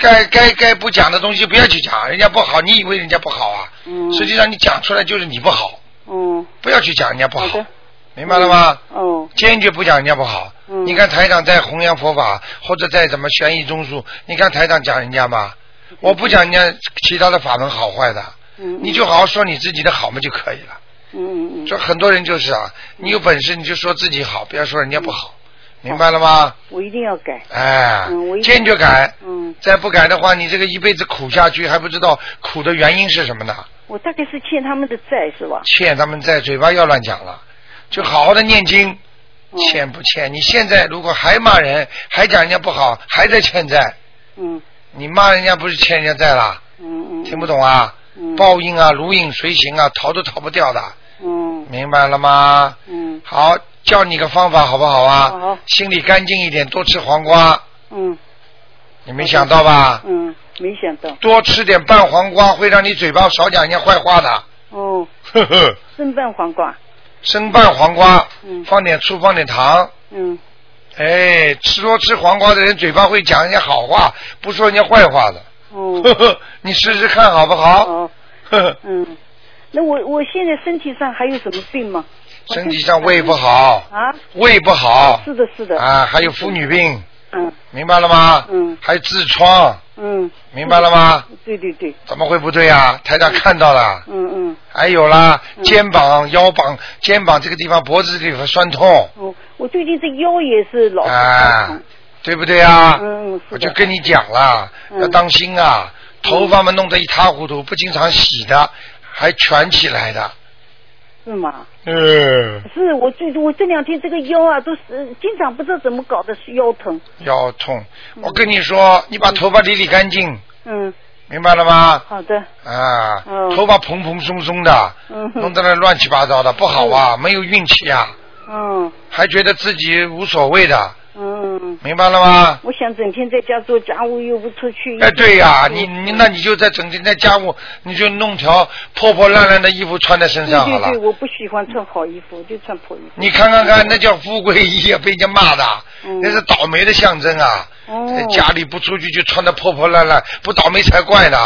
[SPEAKER 1] 该该该不讲的东西不要去讲，人家不好，你以为人家不好啊？
[SPEAKER 6] 嗯，
[SPEAKER 1] 实际上你讲出来就是你不好，
[SPEAKER 6] 嗯，
[SPEAKER 1] 不要去讲人家不
[SPEAKER 6] 好
[SPEAKER 1] 好啊
[SPEAKER 6] 的，，
[SPEAKER 1] 明白了吗？
[SPEAKER 6] 哦，
[SPEAKER 1] 坚决不讲人家不好，
[SPEAKER 6] 嗯
[SPEAKER 1] 你看台长在弘扬佛法，或者在什么悬疑综述，你看台长讲人家吗？我不讲人家其他的法门好坏的，
[SPEAKER 6] 嗯，
[SPEAKER 1] 你就好好说你自己的好嘛就可以了。
[SPEAKER 6] 嗯嗯嗯，
[SPEAKER 1] 就很多人就是啊，你有本事你就说自己好，不要说人家不好，明白了吗？
[SPEAKER 6] 我一定要改。
[SPEAKER 1] 哎
[SPEAKER 6] 嗯我，一定
[SPEAKER 1] 坚决改。
[SPEAKER 6] 嗯，
[SPEAKER 1] 再不改的话，你这个一辈子苦下去，还不知道苦的原因是什么呢？
[SPEAKER 6] 我大概是欠他们的债是吧？
[SPEAKER 1] 啊欠他们在嘴巴要乱讲了，就好好的念经，
[SPEAKER 6] 嗯
[SPEAKER 1] 欠不欠？你现在如果还骂人，还讲人家不好，还在欠债，
[SPEAKER 6] 嗯
[SPEAKER 1] 你骂人家不是欠人家债啦？
[SPEAKER 6] 嗯嗯，
[SPEAKER 1] 听不懂啊？
[SPEAKER 6] 嗯
[SPEAKER 1] 报应啊，如影随形啊，逃都逃不掉的，
[SPEAKER 6] 嗯
[SPEAKER 1] 明白了吗？
[SPEAKER 6] 嗯
[SPEAKER 1] 好，教你个方法好不好啊？
[SPEAKER 6] 好
[SPEAKER 1] 心里干净一点，多吃黄瓜，
[SPEAKER 6] 嗯
[SPEAKER 1] 你没想到吧？
[SPEAKER 6] 嗯，没想到
[SPEAKER 1] 多吃点拌黄瓜会让你嘴巴少讲人家坏话的，
[SPEAKER 6] 哦，
[SPEAKER 1] 呵呵。
[SPEAKER 6] 生拌黄瓜，
[SPEAKER 1] 生拌黄瓜，
[SPEAKER 6] 嗯
[SPEAKER 1] 放点醋，放点糖，
[SPEAKER 6] 嗯
[SPEAKER 1] 哎，吃多吃黄瓜的人嘴巴会讲人家好话，不说人家坏话的。 [laughs]
[SPEAKER 6] 哦
[SPEAKER 1] 呵呵，你试试看好不好？ [laughs]
[SPEAKER 6] 哦
[SPEAKER 1] 呵呵，
[SPEAKER 6] 嗯，那我我现在身体上还有什么病吗？
[SPEAKER 1] 身体上胃不好，
[SPEAKER 6] 啊，
[SPEAKER 1] 胃不好
[SPEAKER 6] 是的是的，
[SPEAKER 1] 啊，还有妇女病，
[SPEAKER 6] 嗯
[SPEAKER 1] 明白了吗？
[SPEAKER 6] 嗯
[SPEAKER 1] 还有痔疮，
[SPEAKER 6] 嗯，
[SPEAKER 1] 明白了吗？
[SPEAKER 6] 对对对，
[SPEAKER 1] 怎么会不对啊？台长看到了，
[SPEAKER 6] 嗯嗯。
[SPEAKER 1] 还有啦，
[SPEAKER 6] 嗯
[SPEAKER 1] 肩膀、腰膀、肩膀这个地方、脖子这里方酸痛，
[SPEAKER 6] 哦，我最近这腰也是老是
[SPEAKER 1] 啊
[SPEAKER 6] 疼，
[SPEAKER 1] 对不对啊？
[SPEAKER 6] 嗯嗯，
[SPEAKER 1] 我
[SPEAKER 6] 是
[SPEAKER 1] 就
[SPEAKER 6] 的，
[SPEAKER 1] 跟你讲了，
[SPEAKER 6] 嗯
[SPEAKER 1] 要当心啊！头发嘛弄得一塌糊涂，不经常洗的，还卷起来的。
[SPEAKER 6] 是吗？
[SPEAKER 1] 嗯，
[SPEAKER 6] 是我最我这两天这个腰啊，都是经常不知道怎么搞的，是腰疼。
[SPEAKER 1] 腰痛。我跟你说，你把头发理理干净，
[SPEAKER 6] 嗯，
[SPEAKER 1] 明白了吗？
[SPEAKER 6] 好的，
[SPEAKER 1] 啊，
[SPEAKER 6] 嗯
[SPEAKER 1] 头发蓬蓬松松的，
[SPEAKER 6] 嗯
[SPEAKER 1] 弄得那乱七八糟的，不好啊，没有运气啊，
[SPEAKER 6] 嗯
[SPEAKER 1] 还觉得自己无所谓的，
[SPEAKER 6] 嗯，
[SPEAKER 1] 明白了吗？
[SPEAKER 6] 我想整天在家做家务，又不出去。
[SPEAKER 1] 哎，对呀、你你那你就在整天在家务，你就弄条破破烂烂的衣服穿在身
[SPEAKER 6] 对
[SPEAKER 1] 上好了。
[SPEAKER 6] 对对，我不喜欢穿好衣服，我就穿破衣服。
[SPEAKER 1] 你看看看，那叫富贵衣啊，被人家骂的，
[SPEAKER 6] 嗯
[SPEAKER 1] 那是倒霉的象征啊！在
[SPEAKER 6] 哦，
[SPEAKER 1] 家里不出去就穿的破破烂烂，不倒霉才怪呢！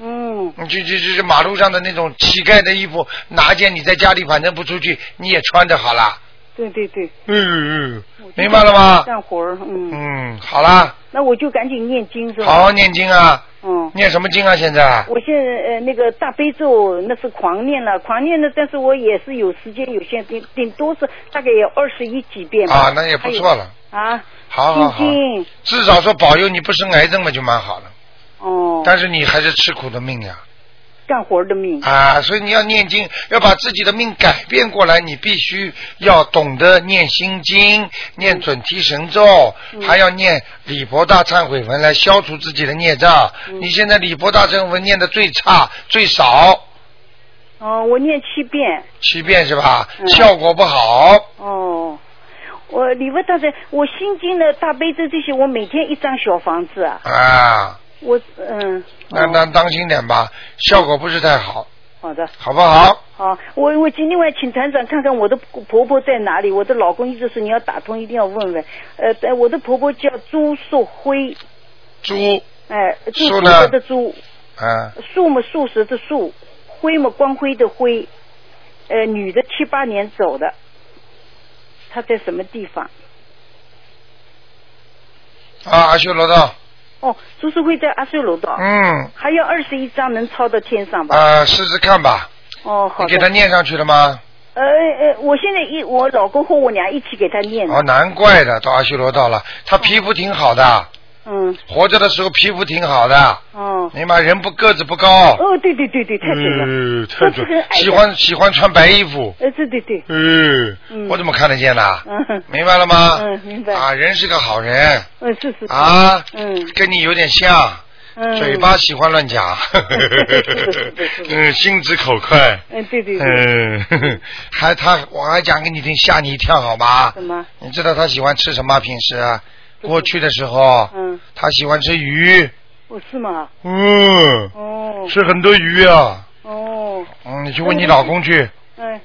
[SPEAKER 6] 嗯
[SPEAKER 1] 你就就就是马路上的那种乞丐的衣服，拿件你在家里反正不出去，你也穿着好啦。
[SPEAKER 6] 对对对，
[SPEAKER 1] 嗯，嗯明白了吗？
[SPEAKER 6] 干活儿，嗯，
[SPEAKER 1] 嗯，好啦，
[SPEAKER 6] 那我就赶紧念经是吧？
[SPEAKER 1] 好好，念经啊！
[SPEAKER 6] 嗯。
[SPEAKER 1] 念什么经啊？现在？
[SPEAKER 6] 我现在呃那个大悲咒那是狂念了，狂念了，但是我也是有时间有限，顶顶多是大概也二十一几遍吧。
[SPEAKER 1] 啊，那也不错了。
[SPEAKER 6] 还有。啊，
[SPEAKER 1] 好好好，
[SPEAKER 6] 心经，
[SPEAKER 1] 至少说保佑你不生癌症嘛，就蛮好了。
[SPEAKER 6] 哦，
[SPEAKER 1] 但是你还是吃苦的命呀、
[SPEAKER 6] 干活的命。
[SPEAKER 1] 啊，所以你要念经，要把自己的命改变过来，你必须要懂得念心经、念准提神咒，
[SPEAKER 6] 嗯
[SPEAKER 1] 还要念礼佛大忏悔文来消除自己的孽障。
[SPEAKER 6] 嗯
[SPEAKER 1] 你现在礼佛大忏悔文念的最差、最少
[SPEAKER 6] 哦，我念七遍。
[SPEAKER 1] 七遍是吧？
[SPEAKER 6] 嗯
[SPEAKER 1] 效果不好，
[SPEAKER 6] 哦，我礼佛大神，我心经呢、大悲咒这些，我每天一张小房子啊。
[SPEAKER 1] 啊，
[SPEAKER 6] 我嗯。
[SPEAKER 1] 那
[SPEAKER 6] 哦
[SPEAKER 1] 那当心点吧，效果不是太好，
[SPEAKER 6] 好的，
[SPEAKER 1] 好不好？
[SPEAKER 6] 好，我我今另外请团长看看我的婆婆在哪里。我的老公一直说你要打通，一定要问问。呃，但我的婆婆叫朱素辉，
[SPEAKER 1] 猪，
[SPEAKER 6] 哎，
[SPEAKER 1] 树
[SPEAKER 6] 就树
[SPEAKER 1] 呢
[SPEAKER 6] 德的朱，
[SPEAKER 1] 嗯，
[SPEAKER 6] 树嘛树石的树，辉嘛光辉的辉，呃，女的七八年走的，她在什么地方？
[SPEAKER 1] 啊，阿修罗道，
[SPEAKER 6] 哦，朱世辉在阿修罗道，
[SPEAKER 1] 嗯，
[SPEAKER 6] 还有二十一章能超到天上吧？
[SPEAKER 1] 啊，试试看吧。
[SPEAKER 6] 哦，好
[SPEAKER 1] 你给他
[SPEAKER 6] 的。
[SPEAKER 1] 念上去了吗？
[SPEAKER 6] 呃呃，我现在一我老公和我娘一起给他念的
[SPEAKER 1] 哦，难怪的，到阿修罗道了。他皮肤挺好的，
[SPEAKER 6] 嗯，
[SPEAKER 1] 活着的时候皮肤挺好的，
[SPEAKER 6] 哦，
[SPEAKER 1] 你妈人不个子不高，
[SPEAKER 6] 哦，对对对对，太准了，
[SPEAKER 1] 呃，太准
[SPEAKER 6] 我这个，矮的
[SPEAKER 1] 喜欢喜欢穿白衣服，
[SPEAKER 6] 呃，对对对，
[SPEAKER 1] 呃，
[SPEAKER 6] 嗯
[SPEAKER 1] 我怎么看得见呢？
[SPEAKER 6] 嗯
[SPEAKER 1] 明白了吗？
[SPEAKER 6] 嗯，明白，
[SPEAKER 1] 啊，人是个好人
[SPEAKER 6] 嗯，是是，
[SPEAKER 1] 啊，
[SPEAKER 6] 嗯
[SPEAKER 1] 跟你有点像，
[SPEAKER 6] 嗯，
[SPEAKER 1] 嘴巴喜欢乱讲，
[SPEAKER 6] 是的是的
[SPEAKER 1] [laughs] 嗯，心直口快，
[SPEAKER 6] 嗯，对对对，
[SPEAKER 1] 嗯， [laughs] 呵呵还他我还讲给你听，吓你一跳好吗？
[SPEAKER 6] 什么？
[SPEAKER 1] 你知道他喜欢吃什么？平时啊过去的时候，
[SPEAKER 6] 嗯，
[SPEAKER 1] 他喜欢吃鱼，
[SPEAKER 6] 哦，是吗？
[SPEAKER 1] 嗯，
[SPEAKER 6] 哦
[SPEAKER 1] 吃很多鱼啊。
[SPEAKER 6] 哦，
[SPEAKER 1] 嗯，你去问你老公去
[SPEAKER 6] 哎，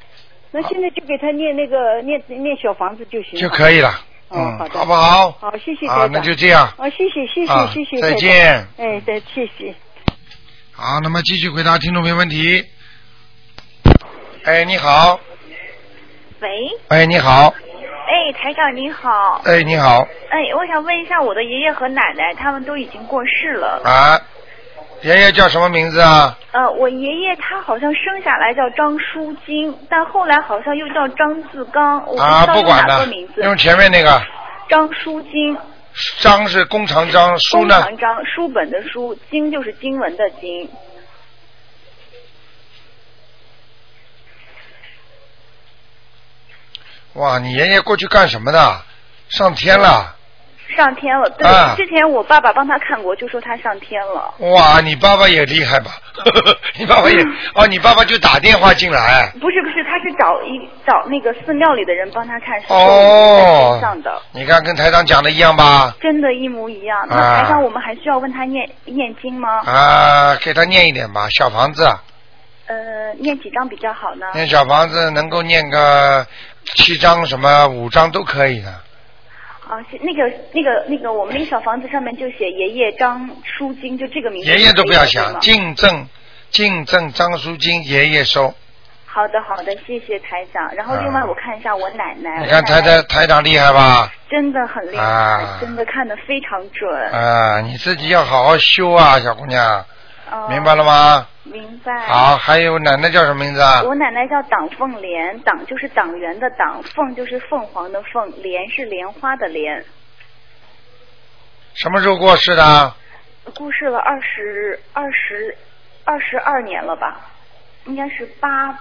[SPEAKER 6] 那现在就给他念那个念念小房子就行了。
[SPEAKER 1] 就可以了，
[SPEAKER 6] 哦
[SPEAKER 1] 嗯
[SPEAKER 6] 好，的
[SPEAKER 1] 不好？
[SPEAKER 6] 好，谢谢台
[SPEAKER 1] 啊，
[SPEAKER 6] 长。
[SPEAKER 1] 那就这样，
[SPEAKER 6] 啊，谢谢谢
[SPEAKER 1] 啊
[SPEAKER 6] 谢谢谢。
[SPEAKER 1] 再
[SPEAKER 6] 台长
[SPEAKER 1] 见。
[SPEAKER 6] 哎，再谢谢。
[SPEAKER 1] 好，那么继续回答听众朋友问题。哎，你好，
[SPEAKER 7] 喂，
[SPEAKER 1] 哎，你好，
[SPEAKER 7] 哎，台长您好。
[SPEAKER 1] 哎，你好
[SPEAKER 7] 哎，我想问一下，我的爷爷和奶奶他们都已经过世了。
[SPEAKER 1] 啊，爷爷叫什么名字啊？
[SPEAKER 7] 呃，我爷爷他好像生下来叫张书金，但后来好像又叫张自刚，我不知
[SPEAKER 1] 啊，
[SPEAKER 7] 道
[SPEAKER 1] 不
[SPEAKER 7] 用
[SPEAKER 1] 管
[SPEAKER 7] 哪
[SPEAKER 1] 了
[SPEAKER 7] 个名，字。
[SPEAKER 1] 用前面那个
[SPEAKER 7] 张书金，
[SPEAKER 1] 张是工长张，书
[SPEAKER 7] 工
[SPEAKER 1] 呢？
[SPEAKER 7] 长张，书本的书，经就是经文的经。
[SPEAKER 1] 哇，你爷爷过去干什么的？上天了！
[SPEAKER 7] 上天了，对，
[SPEAKER 1] 啊
[SPEAKER 7] 之前我爸爸帮他看过，就说他上天了。
[SPEAKER 1] 哇，你爸爸也厉害吧？ [laughs] 你爸爸也
[SPEAKER 7] 嗯
[SPEAKER 1] 哦，你爸爸就打电话进来。
[SPEAKER 7] 不是不是，他是找一找那个寺庙里的人帮他看是不是
[SPEAKER 1] 哦
[SPEAKER 7] 在天上的，
[SPEAKER 1] 你看跟台长讲的一样吧？
[SPEAKER 7] 真的，一模一样。那
[SPEAKER 1] 啊
[SPEAKER 7] 台上我们还需要问他念念经吗？
[SPEAKER 1] 啊，给他念一点吧，小房子，
[SPEAKER 7] 啊呃，念几张比较好呢？
[SPEAKER 1] 念小房子能够念个七张什么五张都可以的。
[SPEAKER 7] 啊，是那个那个那个，我们那个小房子上面就写爷爷张书金，就这个名字。
[SPEAKER 1] 爷爷都不要
[SPEAKER 7] 对吗
[SPEAKER 1] 想，敬赠敬赠张书金爷爷收。
[SPEAKER 7] 好的好的，谢谢台长。然后另外
[SPEAKER 1] 啊
[SPEAKER 7] 我看一下我奶奶，
[SPEAKER 1] 你看
[SPEAKER 7] 我
[SPEAKER 1] 台
[SPEAKER 7] 奶奶
[SPEAKER 1] 台台长厉害吧？
[SPEAKER 7] 真的很厉害，
[SPEAKER 1] 啊
[SPEAKER 7] 真的看得非常准。
[SPEAKER 1] 啊，你自己要好好修啊，小姑娘，
[SPEAKER 7] 哦
[SPEAKER 1] 明白了吗？
[SPEAKER 7] 明白。。
[SPEAKER 1] 好，啊还有奶奶叫什么名字啊？
[SPEAKER 7] 我奶奶叫党凤莲，党就是党员的党，凤就是凤凰的凤，莲是莲花的莲。
[SPEAKER 1] 什么时候过世的？
[SPEAKER 7] 过世了二十二十二十二年了吧，应该是八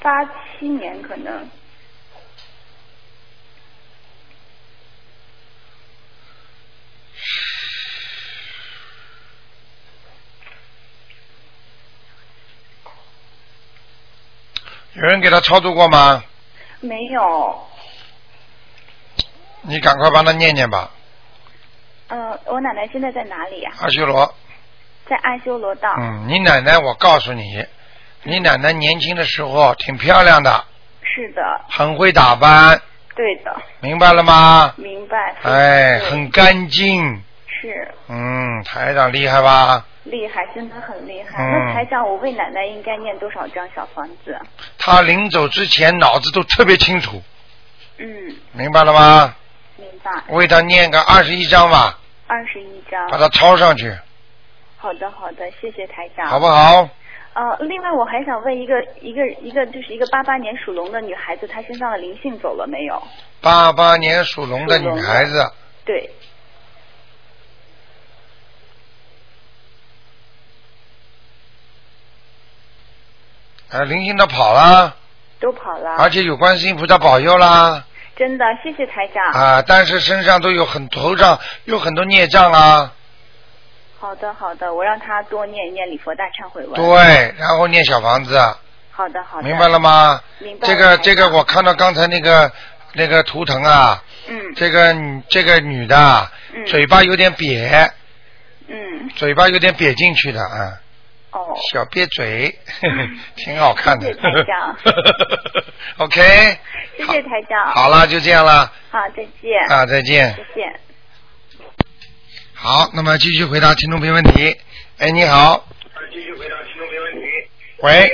[SPEAKER 7] 八七年可能。
[SPEAKER 1] 有人给他超度过吗？
[SPEAKER 7] 没有，
[SPEAKER 1] 你赶快帮他念念吧，
[SPEAKER 7] 呃，我奶奶现在在哪里呀、
[SPEAKER 1] 阿修罗。
[SPEAKER 7] 在阿修罗道。
[SPEAKER 1] 嗯，你奶奶，我告诉你，你奶奶年轻的时候挺漂亮的，
[SPEAKER 7] 是的，
[SPEAKER 1] 很会打扮，
[SPEAKER 7] 对的，
[SPEAKER 1] 明白了吗？
[SPEAKER 7] 明白。
[SPEAKER 1] 哎，
[SPEAKER 7] 对
[SPEAKER 1] 很干净。
[SPEAKER 7] 是
[SPEAKER 1] 嗯，台长厉害吧？
[SPEAKER 7] 厉害，真的很厉害。
[SPEAKER 1] 嗯
[SPEAKER 7] 那台长，我为奶奶应该念多少张小房子？
[SPEAKER 1] 他临走之前脑子都特别清楚，
[SPEAKER 7] 嗯，
[SPEAKER 1] 明白了吗？
[SPEAKER 7] 明白，
[SPEAKER 1] 为他念个二十一章吧，
[SPEAKER 7] 二十一张
[SPEAKER 1] 把。它抄上去，
[SPEAKER 7] 好的，好的，谢谢台长。
[SPEAKER 1] 好不好？
[SPEAKER 7] 呃，另外我还想问一个一个一个，就是一个八八年属龙的女孩子，她身上的灵性走了没有？
[SPEAKER 1] 八八年属龙的
[SPEAKER 7] 属
[SPEAKER 1] 女
[SPEAKER 7] 龙的
[SPEAKER 1] 孩子，
[SPEAKER 7] 对，
[SPEAKER 1] 哎，灵性的跑了，
[SPEAKER 7] 都跑了。
[SPEAKER 1] 而且有观世音菩萨保佑啦，
[SPEAKER 7] 真的，谢谢台长。
[SPEAKER 1] 啊，但是身上都有很头上有很多孽障啊，
[SPEAKER 7] 好的，好的，我让她多念一念礼佛大忏悔文。
[SPEAKER 1] 对，然后念小房子，啊
[SPEAKER 7] 好的，好的。
[SPEAKER 1] 明白了。吗？
[SPEAKER 7] 明白了
[SPEAKER 1] 这个
[SPEAKER 7] 台长
[SPEAKER 1] 这个，我看到刚才那个那个图腾啊，
[SPEAKER 7] 嗯
[SPEAKER 1] 这个女这个女的啊
[SPEAKER 7] 嗯
[SPEAKER 1] 嘴巴有点瘪，
[SPEAKER 7] 嗯，
[SPEAKER 1] 嘴巴有点瘪进去的啊，
[SPEAKER 7] 哦，
[SPEAKER 1] 小瘪嘴， [laughs] 挺好看的
[SPEAKER 7] 谢谢台长。
[SPEAKER 1] [laughs] OK，
[SPEAKER 7] 谢谢台长。
[SPEAKER 1] 好了，就这样了
[SPEAKER 7] 好，再见。
[SPEAKER 1] 啊，再见。
[SPEAKER 7] 再见。
[SPEAKER 1] 好，那么继续回答听众朋友问题。哎，你好。继续回答听众朋友问题。
[SPEAKER 8] 哎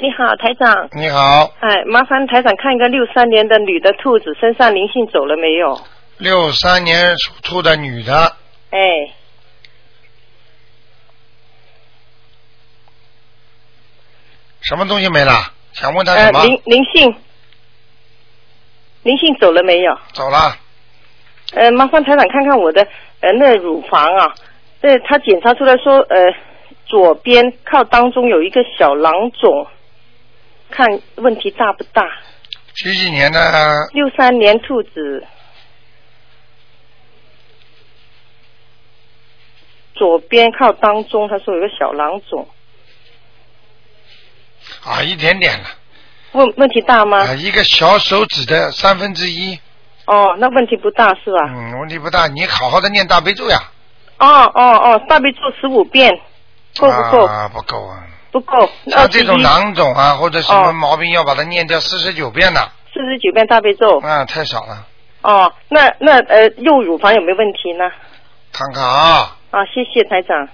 [SPEAKER 8] 你好，台长。
[SPEAKER 1] 喂，你好，
[SPEAKER 8] 哎，麻烦台长看一个六三年的女的兔子身上灵性走了没有？
[SPEAKER 1] 六三年属兔的女的，
[SPEAKER 8] 哎，
[SPEAKER 1] 什么东西没了？想问她
[SPEAKER 8] 呃
[SPEAKER 1] 什，么？
[SPEAKER 8] 灵灵性，灵性走了没有？
[SPEAKER 1] 走了，
[SPEAKER 8] 呃，麻烦台长看看我的
[SPEAKER 9] 嗯
[SPEAKER 8] 呃那乳房啊，这他检查出来说呃左边靠当中有一个小囊肿，看问题大不大？
[SPEAKER 1] 几几年的？
[SPEAKER 8] 六三年兔子，左边靠当中，他说有个小囊肿，
[SPEAKER 1] 啊，一点点了，
[SPEAKER 8] 问问题大吗？
[SPEAKER 1] 啊，一个小手指的三分之一。
[SPEAKER 8] 哦，那问题不大是吧？
[SPEAKER 1] 嗯，问题不大，你好好的念大悲咒呀。嗯
[SPEAKER 8] 哦哦哦，大悲咒十五遍，够不够？
[SPEAKER 1] 啊，不够啊。
[SPEAKER 8] 不够，二
[SPEAKER 1] 像
[SPEAKER 8] 十
[SPEAKER 1] 这
[SPEAKER 8] 一
[SPEAKER 1] 种囊肿啊，或者什么
[SPEAKER 8] 哦
[SPEAKER 1] 毛病，要把它念掉四十九遍呢。
[SPEAKER 8] 四十九遍大悲咒。
[SPEAKER 1] 啊，太少了。
[SPEAKER 8] 哦，那那呃右乳房有没有问题呢？
[SPEAKER 1] 看看啊，
[SPEAKER 8] 啊，谢谢台长。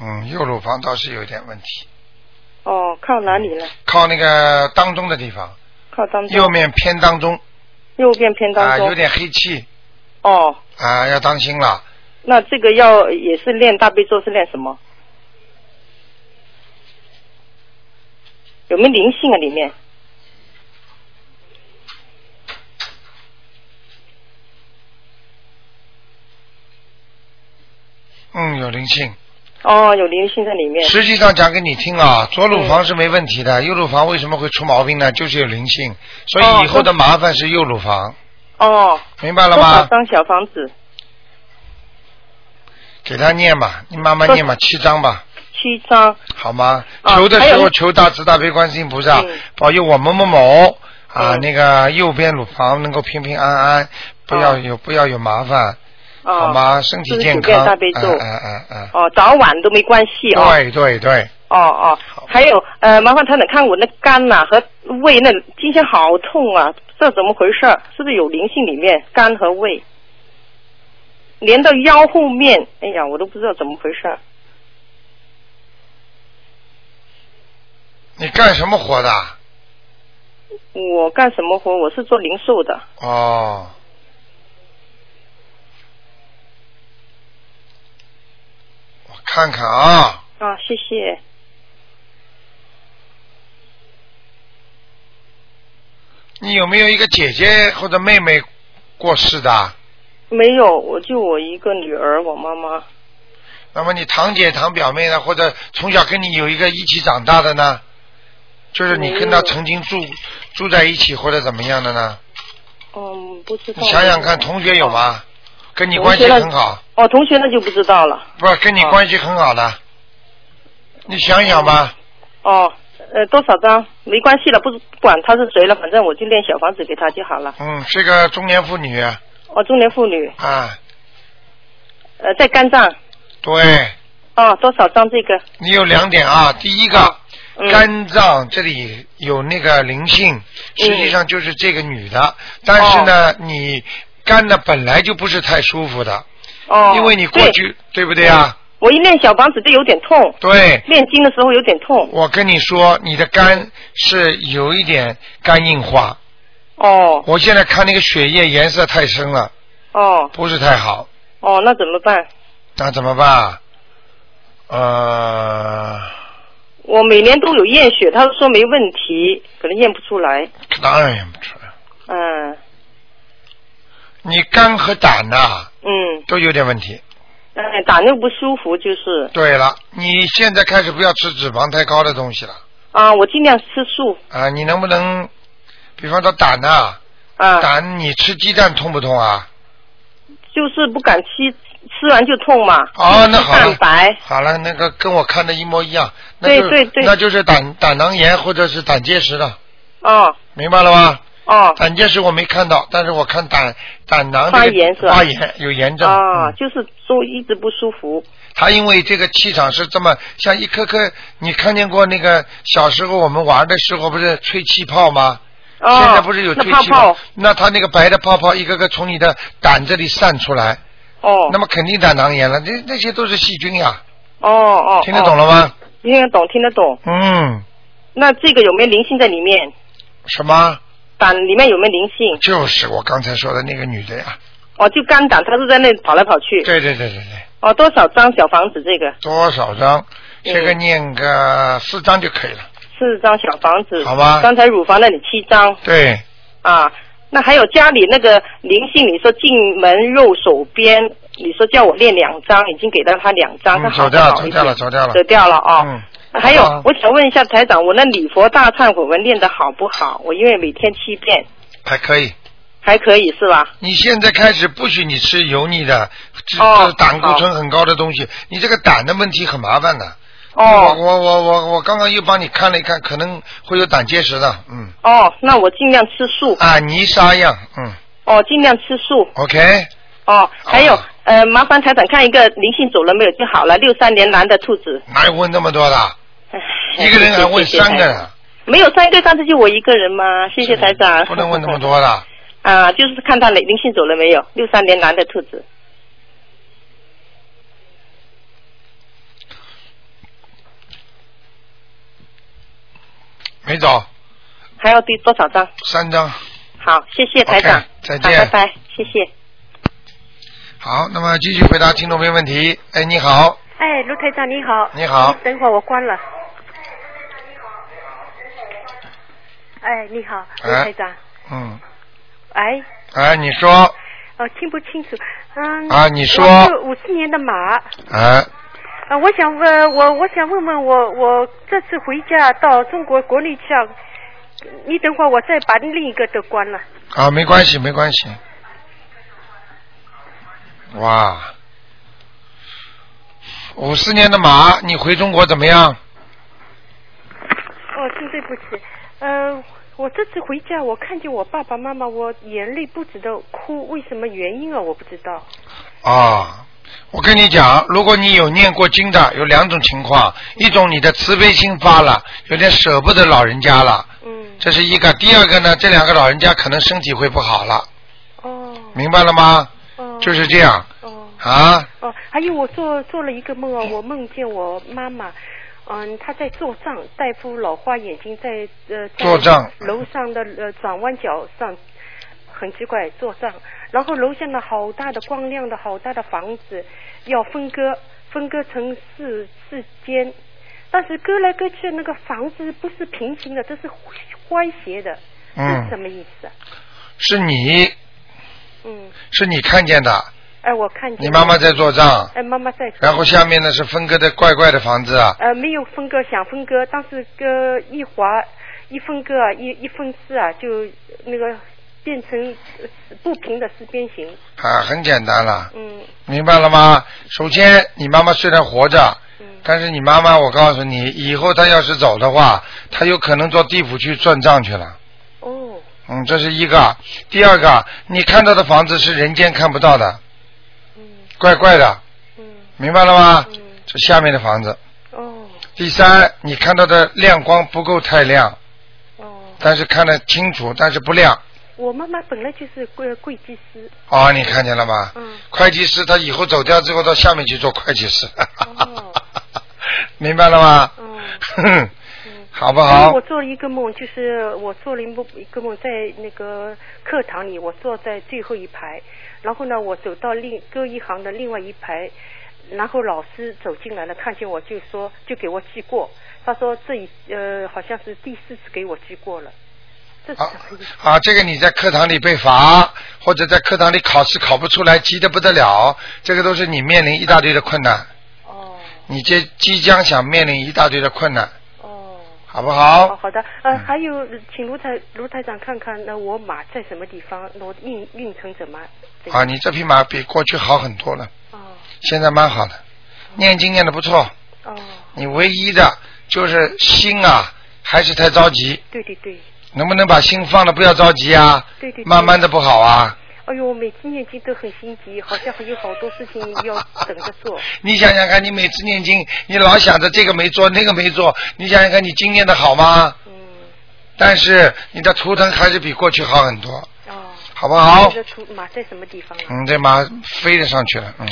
[SPEAKER 1] 嗯，右乳房倒是有一点问题，
[SPEAKER 8] 哦，靠哪里呢？
[SPEAKER 1] 靠那个当中的地方，
[SPEAKER 8] 靠当中。
[SPEAKER 1] 右面偏当中
[SPEAKER 8] 右边偏
[SPEAKER 1] 啊、
[SPEAKER 8] 当中。
[SPEAKER 1] 有点黑气
[SPEAKER 8] 哦，
[SPEAKER 1] 啊、要当心了。
[SPEAKER 8] 那这个要也是练大悲咒，是练什么？有没有灵性啊？里面
[SPEAKER 1] 嗯，有灵性。
[SPEAKER 8] 哦，有灵性在里面。
[SPEAKER 1] 实际上讲给你听啊，左乳房是没问题
[SPEAKER 8] 嗯
[SPEAKER 1] 的，右乳房为什么会出毛病呢？就是有灵性，所以以后的麻烦是右乳房，
[SPEAKER 8] 哦，
[SPEAKER 1] 明白了
[SPEAKER 8] 多少
[SPEAKER 1] 吗？
[SPEAKER 8] 张小房子？
[SPEAKER 1] 给他念吧，你慢慢念
[SPEAKER 8] 嗯
[SPEAKER 1] 吧，七张吧，
[SPEAKER 8] 七张。
[SPEAKER 1] 好吗？
[SPEAKER 8] 啊
[SPEAKER 1] 求的
[SPEAKER 8] 还
[SPEAKER 1] 时
[SPEAKER 8] 有
[SPEAKER 1] 候求大慈大悲观世音菩萨
[SPEAKER 8] 嗯
[SPEAKER 1] 保佑我某某某啊，
[SPEAKER 8] 嗯
[SPEAKER 1] 那个右边乳房能够平平安安，不
[SPEAKER 8] 啊
[SPEAKER 1] 要有不要有麻烦，
[SPEAKER 8] 哦、
[SPEAKER 1] 好？吗？身体
[SPEAKER 8] 49
[SPEAKER 1] 健
[SPEAKER 8] 遍
[SPEAKER 1] 康，
[SPEAKER 8] 大悲咒
[SPEAKER 1] 嗯嗯嗯嗯，
[SPEAKER 8] 哦，早晚都没关系哦。
[SPEAKER 1] 对对对，
[SPEAKER 8] 哦哦
[SPEAKER 1] 好，
[SPEAKER 8] 还有呃，麻烦他能看我那肝呐、和胃那今天好痛啊，不知道怎么回事儿，是不是有灵性里面肝和胃，连到腰后面，哎呀，我都不知道怎么回事儿。
[SPEAKER 1] 你干什么活的？
[SPEAKER 8] 我干什么活？我是做零售的。
[SPEAKER 1] 哦。我看看啊，
[SPEAKER 8] 啊，谢谢。
[SPEAKER 1] 你有没有一个姐姐或者妹妹过世的？
[SPEAKER 8] 没有，我就我一个女儿，我妈妈。
[SPEAKER 1] 那么你堂姐、堂表妹呢？或者从小跟你有一个一起长大的呢？就是你跟她
[SPEAKER 8] 没有
[SPEAKER 1] 曾经住住在一起或者怎么样的呢？
[SPEAKER 8] 嗯，不知道。
[SPEAKER 1] 你想想看，同学有？吗？跟你关系
[SPEAKER 8] 同学呢
[SPEAKER 1] 很好，
[SPEAKER 8] 哦，同学那就不知道了。
[SPEAKER 1] 不是跟你
[SPEAKER 8] 哦
[SPEAKER 1] 关系很好的，你想想吧。
[SPEAKER 8] 哦，呃，多少张？没关系了，不不管他是谁了，反正我就练小房子给他就好了。
[SPEAKER 1] 嗯，是个中年妇女
[SPEAKER 8] 哦，中年妇女，
[SPEAKER 1] 啊，
[SPEAKER 8] 呃，在肝脏。
[SPEAKER 1] 对。
[SPEAKER 8] 哦，多少张这个？
[SPEAKER 1] 你有两点啊，第一个、
[SPEAKER 8] 嗯
[SPEAKER 1] 肝脏这里有那个灵性，实际上就是这个女的，但是呢，你肝呢本来就不是太舒服的，
[SPEAKER 8] 哦，
[SPEAKER 1] 因为你过
[SPEAKER 8] 对
[SPEAKER 1] 去对不对啊？
[SPEAKER 8] 我一练小房子就有点痛，
[SPEAKER 1] 对，
[SPEAKER 8] 练经的时候有点痛。
[SPEAKER 1] 我跟你说，你的肝是有一点肝硬化，
[SPEAKER 8] 哦
[SPEAKER 1] 我现在看那个血液颜色太深了，
[SPEAKER 8] 哦
[SPEAKER 1] 不是太好，
[SPEAKER 8] 哦，那怎么办？
[SPEAKER 1] 那怎么办啊？呃，
[SPEAKER 8] 我每年都有验血，他说没问题，可能验不出来。
[SPEAKER 1] 当然也不出来，
[SPEAKER 8] 嗯
[SPEAKER 1] 你肝和胆呐、
[SPEAKER 8] 嗯，
[SPEAKER 1] 都有点问题。
[SPEAKER 8] 哎，打那个不舒服就是
[SPEAKER 1] 对了，你现在开始不要吃脂肪太高的东西了
[SPEAKER 8] 啊，我尽量吃素
[SPEAKER 1] 啊！你能不能，比方说胆呐、
[SPEAKER 8] 啊，
[SPEAKER 1] 胆你吃鸡蛋痛不痛啊？
[SPEAKER 8] 就是不敢吃，吃完就痛嘛。
[SPEAKER 1] 哦，那
[SPEAKER 8] 吃
[SPEAKER 1] 好了
[SPEAKER 8] 蛋，白。
[SPEAKER 1] 好了，那个跟我看的一模一样，那就
[SPEAKER 8] 对对对
[SPEAKER 1] 那就是胆胆囊炎或者是胆结石了，
[SPEAKER 8] 哦
[SPEAKER 1] 明白了吗？
[SPEAKER 8] 哦
[SPEAKER 1] 胆结石我没看到，但是我看胆胆囊这个
[SPEAKER 8] 发炎是吧
[SPEAKER 1] 发炎有炎症
[SPEAKER 8] 啊，
[SPEAKER 1] 嗯
[SPEAKER 8] 就是说一直不舒服。
[SPEAKER 1] 他因为这个气场是这么像一颗颗，你看见过那个小时候我们玩的时候不是吹气泡吗？
[SPEAKER 8] 哦，
[SPEAKER 1] 现在不是有
[SPEAKER 8] 那
[SPEAKER 1] 吹
[SPEAKER 8] 泡
[SPEAKER 1] 气吗
[SPEAKER 8] 泡？
[SPEAKER 1] 那它那个白的泡泡一个个从你的胆这里散出来，
[SPEAKER 8] 哦，
[SPEAKER 1] 那么肯定胆囊炎了。那那些都是细菌呀，
[SPEAKER 8] 哦哦，
[SPEAKER 1] 听得懂了吗？
[SPEAKER 8] 哦？听得懂，听得懂。
[SPEAKER 1] 嗯，
[SPEAKER 8] 那这个有没有灵性在里面？
[SPEAKER 1] 什么？
[SPEAKER 8] 胆里面有没有灵性？
[SPEAKER 1] 就是我刚才说的那个女的呀。
[SPEAKER 8] 哦，就肝胆，它是在那跑来跑去。
[SPEAKER 1] 对对对对对，
[SPEAKER 8] 哦，多少张小房子？这个
[SPEAKER 1] 多少张？
[SPEAKER 8] 嗯
[SPEAKER 1] 这个念个四张就可以了。
[SPEAKER 8] 四十张小房子。
[SPEAKER 1] 好吧
[SPEAKER 8] 刚才乳房那里七张
[SPEAKER 1] 对，
[SPEAKER 8] 啊，那还有家里那个灵性，你说进门右手边，你说叫我练两张，已经给到他两张，
[SPEAKER 1] 嗯
[SPEAKER 8] 他好
[SPEAKER 1] 走掉了
[SPEAKER 8] 不好一
[SPEAKER 1] 走掉了
[SPEAKER 8] 点
[SPEAKER 1] 走掉了
[SPEAKER 8] 走掉了哦。
[SPEAKER 1] 嗯，
[SPEAKER 8] [laughs] 还有
[SPEAKER 1] 好吧，
[SPEAKER 8] 我想问一下台长，我那礼佛大忏悔文练得好不好？我因为每天七遍，
[SPEAKER 1] 还可以。
[SPEAKER 8] 还可以是吧？
[SPEAKER 1] 你现在开始不许你吃油腻的、这
[SPEAKER 8] 哦
[SPEAKER 1] 这胆固醇很高的东西，你这个胆的问题很麻烦的。我
[SPEAKER 8] 哦
[SPEAKER 1] 我我我我刚刚又帮你看了一看，可能会有胆结石的，嗯，
[SPEAKER 8] 哦，那我尽量吃素，
[SPEAKER 1] 啊，泥沙样，嗯
[SPEAKER 8] 哦，尽量吃素，
[SPEAKER 1] ，OK，
[SPEAKER 8] 哦，还有
[SPEAKER 1] 啊
[SPEAKER 8] 呃，麻烦台长看一个灵性走了没有就好了。六三年男的兔子，
[SPEAKER 1] 哪有问那么多的？
[SPEAKER 8] 唉
[SPEAKER 1] 一个人还问
[SPEAKER 8] 谢谢谢谢
[SPEAKER 1] 三个啊
[SPEAKER 8] 台长
[SPEAKER 1] 呢，嗯
[SPEAKER 8] 没有三个，上次就我一个人嘛。谢谢台长，
[SPEAKER 1] 不能问那么多的。
[SPEAKER 8] [laughs] 啊，就是看他灵灵性走了没有。六三年男的兔子，
[SPEAKER 1] 没走，
[SPEAKER 8] 还要第多少张？
[SPEAKER 1] 三张。
[SPEAKER 8] 好，谢谢台长
[SPEAKER 1] OK，再
[SPEAKER 8] 好
[SPEAKER 1] 见
[SPEAKER 8] 拜拜，谢谢。
[SPEAKER 1] 好，那么继续回答听众朋友问题。哎，你好，
[SPEAKER 9] 哎，卢台长你好。
[SPEAKER 1] 你好
[SPEAKER 9] 等会儿我关
[SPEAKER 1] 啊
[SPEAKER 9] 了。哎，你好，卢
[SPEAKER 1] 哎
[SPEAKER 9] 台长。
[SPEAKER 1] 嗯，
[SPEAKER 9] 哎，
[SPEAKER 1] 哎，你说，
[SPEAKER 9] 哦，听不清楚。嗯。
[SPEAKER 1] 啊你说
[SPEAKER 9] 我是五十年的马。
[SPEAKER 1] 哎，
[SPEAKER 9] 啊，我想问，我我想问问我，我这次回家到中国国内去啊，你等会儿我再把另一个都关了。
[SPEAKER 1] 啊，没关系，没关系。哇，五四年的马，你回中国怎么样？
[SPEAKER 9] 哦，真对不起，呃，我这次回家，我看见我爸爸妈妈，我眼泪不止的哭，为什么原因啊？我不知道。
[SPEAKER 1] 啊，我跟你讲，如果你有念过经的，有两种情况，一种你的慈悲心发了，有点舍不得老人家了，
[SPEAKER 9] 嗯，
[SPEAKER 1] 这是一个；第二个呢，这两个老人家可能身体会不好了。哦。明白了吗？
[SPEAKER 9] 哦。
[SPEAKER 1] 就是这样。
[SPEAKER 9] 哦。
[SPEAKER 1] 啊，
[SPEAKER 9] 哦，还有我做做了一个梦啊，我梦见我妈妈，嗯，她在做账，大夫老花眼睛在呃在
[SPEAKER 1] 做账
[SPEAKER 9] 楼上的呃转弯角上，很奇怪做账，然后楼下呢好大的光亮的好大的房子要分割，分割成四四间，但是割来割去那个房子不是平行的，这是歪斜的，这
[SPEAKER 1] 嗯
[SPEAKER 9] 是什么意思啊？
[SPEAKER 1] 是你
[SPEAKER 9] 嗯，
[SPEAKER 1] 是你看见的，
[SPEAKER 9] 哎，我看见
[SPEAKER 1] 你妈妈在做账
[SPEAKER 9] 哎，妈妈在做，
[SPEAKER 1] 然后下面呢是分割的怪怪的房子啊，
[SPEAKER 9] 呃，没有分割，想分割，但是割一划一分割啊，一一分四啊，就那个变成呃不平的四边形。
[SPEAKER 1] 啊，很简单了。
[SPEAKER 9] 嗯
[SPEAKER 1] 明白了吗？首先，你妈妈虽然活着，
[SPEAKER 9] 嗯
[SPEAKER 1] 但是你妈妈，我告诉你，以后她要是走的话，她有可能做地府去转账去了。
[SPEAKER 9] 哦。
[SPEAKER 1] 嗯，这是一个。第二个，你看到的房子是人间看不到的，
[SPEAKER 9] 嗯
[SPEAKER 1] 怪怪的。明白了吗？这下面的房子。
[SPEAKER 9] 哦。
[SPEAKER 1] 第三，你看到的亮光不够太亮。
[SPEAKER 9] 哦
[SPEAKER 1] 但是看得清楚，但是不亮。
[SPEAKER 9] 我妈妈本来就是会会计师，
[SPEAKER 1] 哦，你看见了吗？
[SPEAKER 9] 嗯
[SPEAKER 1] 会计师他以后走掉之后，到下面去做会计师。 [laughs] 明白了吗？ [laughs] 嗯。好不
[SPEAKER 3] 嗯
[SPEAKER 9] 因为
[SPEAKER 1] 好
[SPEAKER 9] 我？做了一个梦，就是我做了一梦一个梦，在那个课堂里，我坐在最后一排，然后呢，我走到另隔一行的另外一排，然后老师走进来了，看见我就说就给我记过，他说这一呃好像是第四次给我记过了，这是什么意思？
[SPEAKER 1] 啊，这个你在课堂里被罚，或者在课堂里考试考不出来，急得不得了，这个都是你面临一大堆的困难。哦。你这即将想面临一大堆的困难。哦。好不
[SPEAKER 9] 哦
[SPEAKER 1] 好？
[SPEAKER 9] 好的，呃，还有，请卢台卢台长看看，那我马在什么地方，那我运运程怎么？
[SPEAKER 1] 啊，你这匹马比过去好很多了。现在蛮好的，念经念的不错。
[SPEAKER 9] 哦，
[SPEAKER 1] 你唯一的就是心啊，还是太着急，
[SPEAKER 9] 对对对，
[SPEAKER 1] 能不能把心放了，不要着急啊？
[SPEAKER 9] 对对对
[SPEAKER 1] 慢慢的不好啊。
[SPEAKER 9] 哎呦，每次念经都很心急，好像还有好多事情要等着做。
[SPEAKER 1] 你想想看，你每次念经，你老想着这个没做，那个没做，你想想看，你经念的好吗？嗯。但是你的图腾还是比过去好很多。
[SPEAKER 9] 哦。
[SPEAKER 1] 好不好
[SPEAKER 9] 这个图马在什么地方啊？
[SPEAKER 1] 嗯，这马飞得上去了，嗯，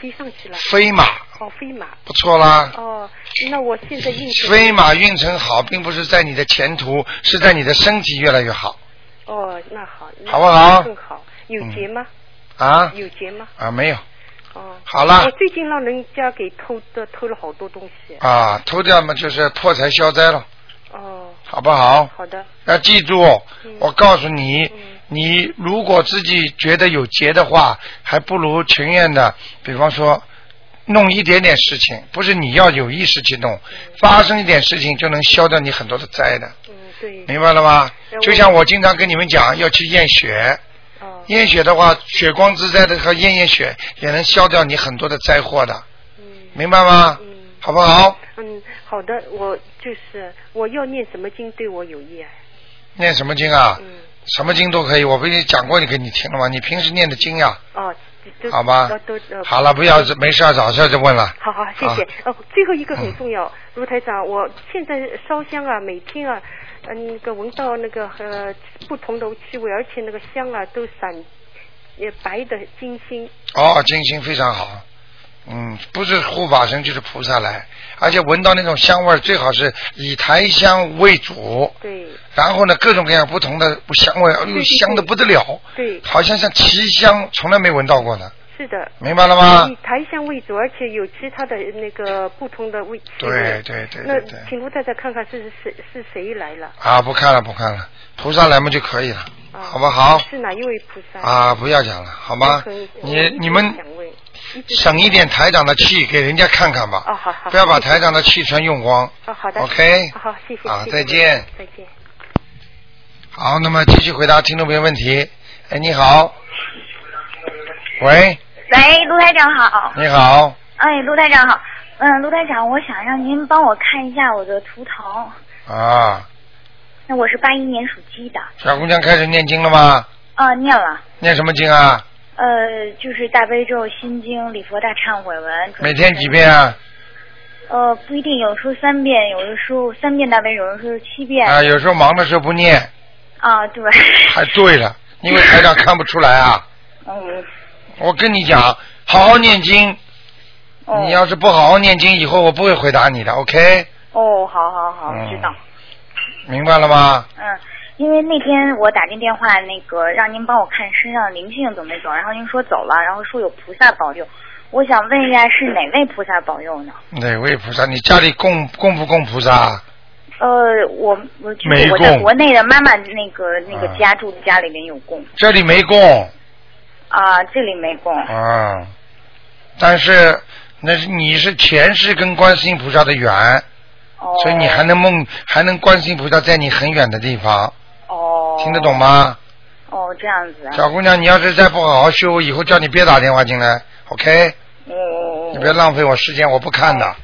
[SPEAKER 9] 飞上去了。
[SPEAKER 1] 飞马。
[SPEAKER 9] 哦，飞马。
[SPEAKER 1] 不错啦。
[SPEAKER 9] 哦，那我现在运程
[SPEAKER 1] 飞马运程好，并不是在你的前途，是在你的身体越来越好
[SPEAKER 9] 哦，那好。那
[SPEAKER 1] 好不好嗯
[SPEAKER 9] 更好。有劫吗？
[SPEAKER 1] 啊
[SPEAKER 9] 有劫吗？
[SPEAKER 1] 啊，没有
[SPEAKER 9] 哦。
[SPEAKER 1] 好啦
[SPEAKER 9] 我最近让人家给偷的偷了好多东西。
[SPEAKER 1] 啊，偷掉嘛就是破财消灾了，
[SPEAKER 9] 哦。
[SPEAKER 1] 好不好？
[SPEAKER 9] 好的。嗯
[SPEAKER 1] 要记住，哦我告诉你，你如果自己觉得有结的话，还不如情愿的，比方说弄一点点事情，不是你要有意识去弄，发生一点事情就能消掉你很多的灾的。嗯，
[SPEAKER 9] 对。
[SPEAKER 1] 明白了吗？就像我经常跟你们讲，要去验血。
[SPEAKER 9] 哦
[SPEAKER 1] 验血的话，血光之灾的和验验血也能消掉你很多的灾祸的，明白吗？好不好？
[SPEAKER 9] 嗯，好的，我就是我要念什么经对我有益啊？
[SPEAKER 1] 念什么经啊？
[SPEAKER 9] 嗯
[SPEAKER 1] 什么经都可以，我不是讲过你给你听了吗？你平时念的经呀、
[SPEAKER 9] 哦，都
[SPEAKER 1] 好吧
[SPEAKER 9] 呃都呃
[SPEAKER 1] 好了，不要没事儿找事儿就问了。啊嗯
[SPEAKER 9] 好好，谢谢。哦，最后一个很重要，卢台长，我现在烧香啊，每天啊，嗯、那个闻到那个呃不同的气味，而且那个香啊都闪，也白的金星。
[SPEAKER 1] 哦，金星非常好，嗯，不是护法神就是菩萨来，而且闻到那种香味儿，最好是以檀香为主。
[SPEAKER 9] 对。
[SPEAKER 1] 然后呢，各种各样不同的香味，哎
[SPEAKER 9] 对
[SPEAKER 1] 呦，
[SPEAKER 9] 对
[SPEAKER 1] 香的不得了，
[SPEAKER 9] 对，
[SPEAKER 1] 好像像奇香，从来没闻到过的。
[SPEAKER 9] 是的。
[SPEAKER 1] 明白了吗
[SPEAKER 9] 以檀哎香为主，而且有其他的那个不同的味。气
[SPEAKER 1] 对
[SPEAKER 9] 味
[SPEAKER 1] 对对
[SPEAKER 9] 那
[SPEAKER 1] 对对。
[SPEAKER 9] 请卢太太看看是谁是谁来了？
[SPEAKER 1] 啊，不看了不看了，菩萨来嘛就可以了，
[SPEAKER 9] 啊
[SPEAKER 1] 好不好？
[SPEAKER 9] 是哪一位菩萨？
[SPEAKER 1] 啊，不要讲了，好吗
[SPEAKER 9] 可以？
[SPEAKER 1] 你
[SPEAKER 9] 我一直
[SPEAKER 1] 你们
[SPEAKER 9] 想问
[SPEAKER 1] 省一点台长的气给人家看看吧。
[SPEAKER 9] 哦，好好。
[SPEAKER 1] 不要把台长的气全用光。
[SPEAKER 9] 哦，好的。
[SPEAKER 1] OK
[SPEAKER 9] 好，谢谢。
[SPEAKER 1] 啊
[SPEAKER 9] 谢谢
[SPEAKER 1] 再见。
[SPEAKER 9] 再见。
[SPEAKER 1] 好，那么继续回答听众朋友问题。哎，你好。喂，
[SPEAKER 10] 喂，卢台长好。
[SPEAKER 1] 你好，
[SPEAKER 10] 哎，卢台长好。嗯，卢台长，我想让您帮我看一下我的图腾。
[SPEAKER 1] 啊，
[SPEAKER 10] 那我是八一年属鸡的，
[SPEAKER 1] 小姑娘开始念经了吗？
[SPEAKER 10] 啊，念了，
[SPEAKER 1] 念什么经啊？
[SPEAKER 10] 呃，就是大悲咒、心经、礼佛大忏悔文。
[SPEAKER 1] 每天几遍啊？
[SPEAKER 10] 呃，不一定，有时候三遍，有的时候三遍大悲，有的时候七遍。
[SPEAKER 1] 啊，有时候忙的时候不念，
[SPEAKER 10] 啊，对，
[SPEAKER 1] 还对了，因为台长看不出来啊。
[SPEAKER 10] 嗯，
[SPEAKER 1] 我跟你讲，好好念经。你要是不好好念经，以后我不会回答你的，OK？
[SPEAKER 10] 哦，好好好，
[SPEAKER 1] 嗯
[SPEAKER 10] 知道。
[SPEAKER 1] 明白了吗？
[SPEAKER 10] 嗯，因为那天我打进电话，那个让您帮我看身上的灵性走没走，然后您说走了，然后说有菩萨保佑，我想问一下是哪位菩萨保佑呢？
[SPEAKER 1] 哪位菩萨？你家里供供不供菩萨啊？
[SPEAKER 10] 呃，我我就
[SPEAKER 1] 没
[SPEAKER 10] 是我在
[SPEAKER 1] 供
[SPEAKER 10] 国内的妈妈那个那个
[SPEAKER 1] 啊
[SPEAKER 10] 家住的家里面有供
[SPEAKER 1] 这里没供
[SPEAKER 10] 啊，这里没供
[SPEAKER 1] 啊，但是那是你是前世跟观世音菩萨的缘，
[SPEAKER 10] 哦
[SPEAKER 1] 所以你还能梦，还能观世音菩萨在你很远的地方。哦。听得懂吗？
[SPEAKER 10] 哦，这样子啊。
[SPEAKER 1] 小姑娘，你要是再不好好修，以后叫你别打电话进来，OK？
[SPEAKER 10] 我
[SPEAKER 1] 你别浪费我时间，我不看的。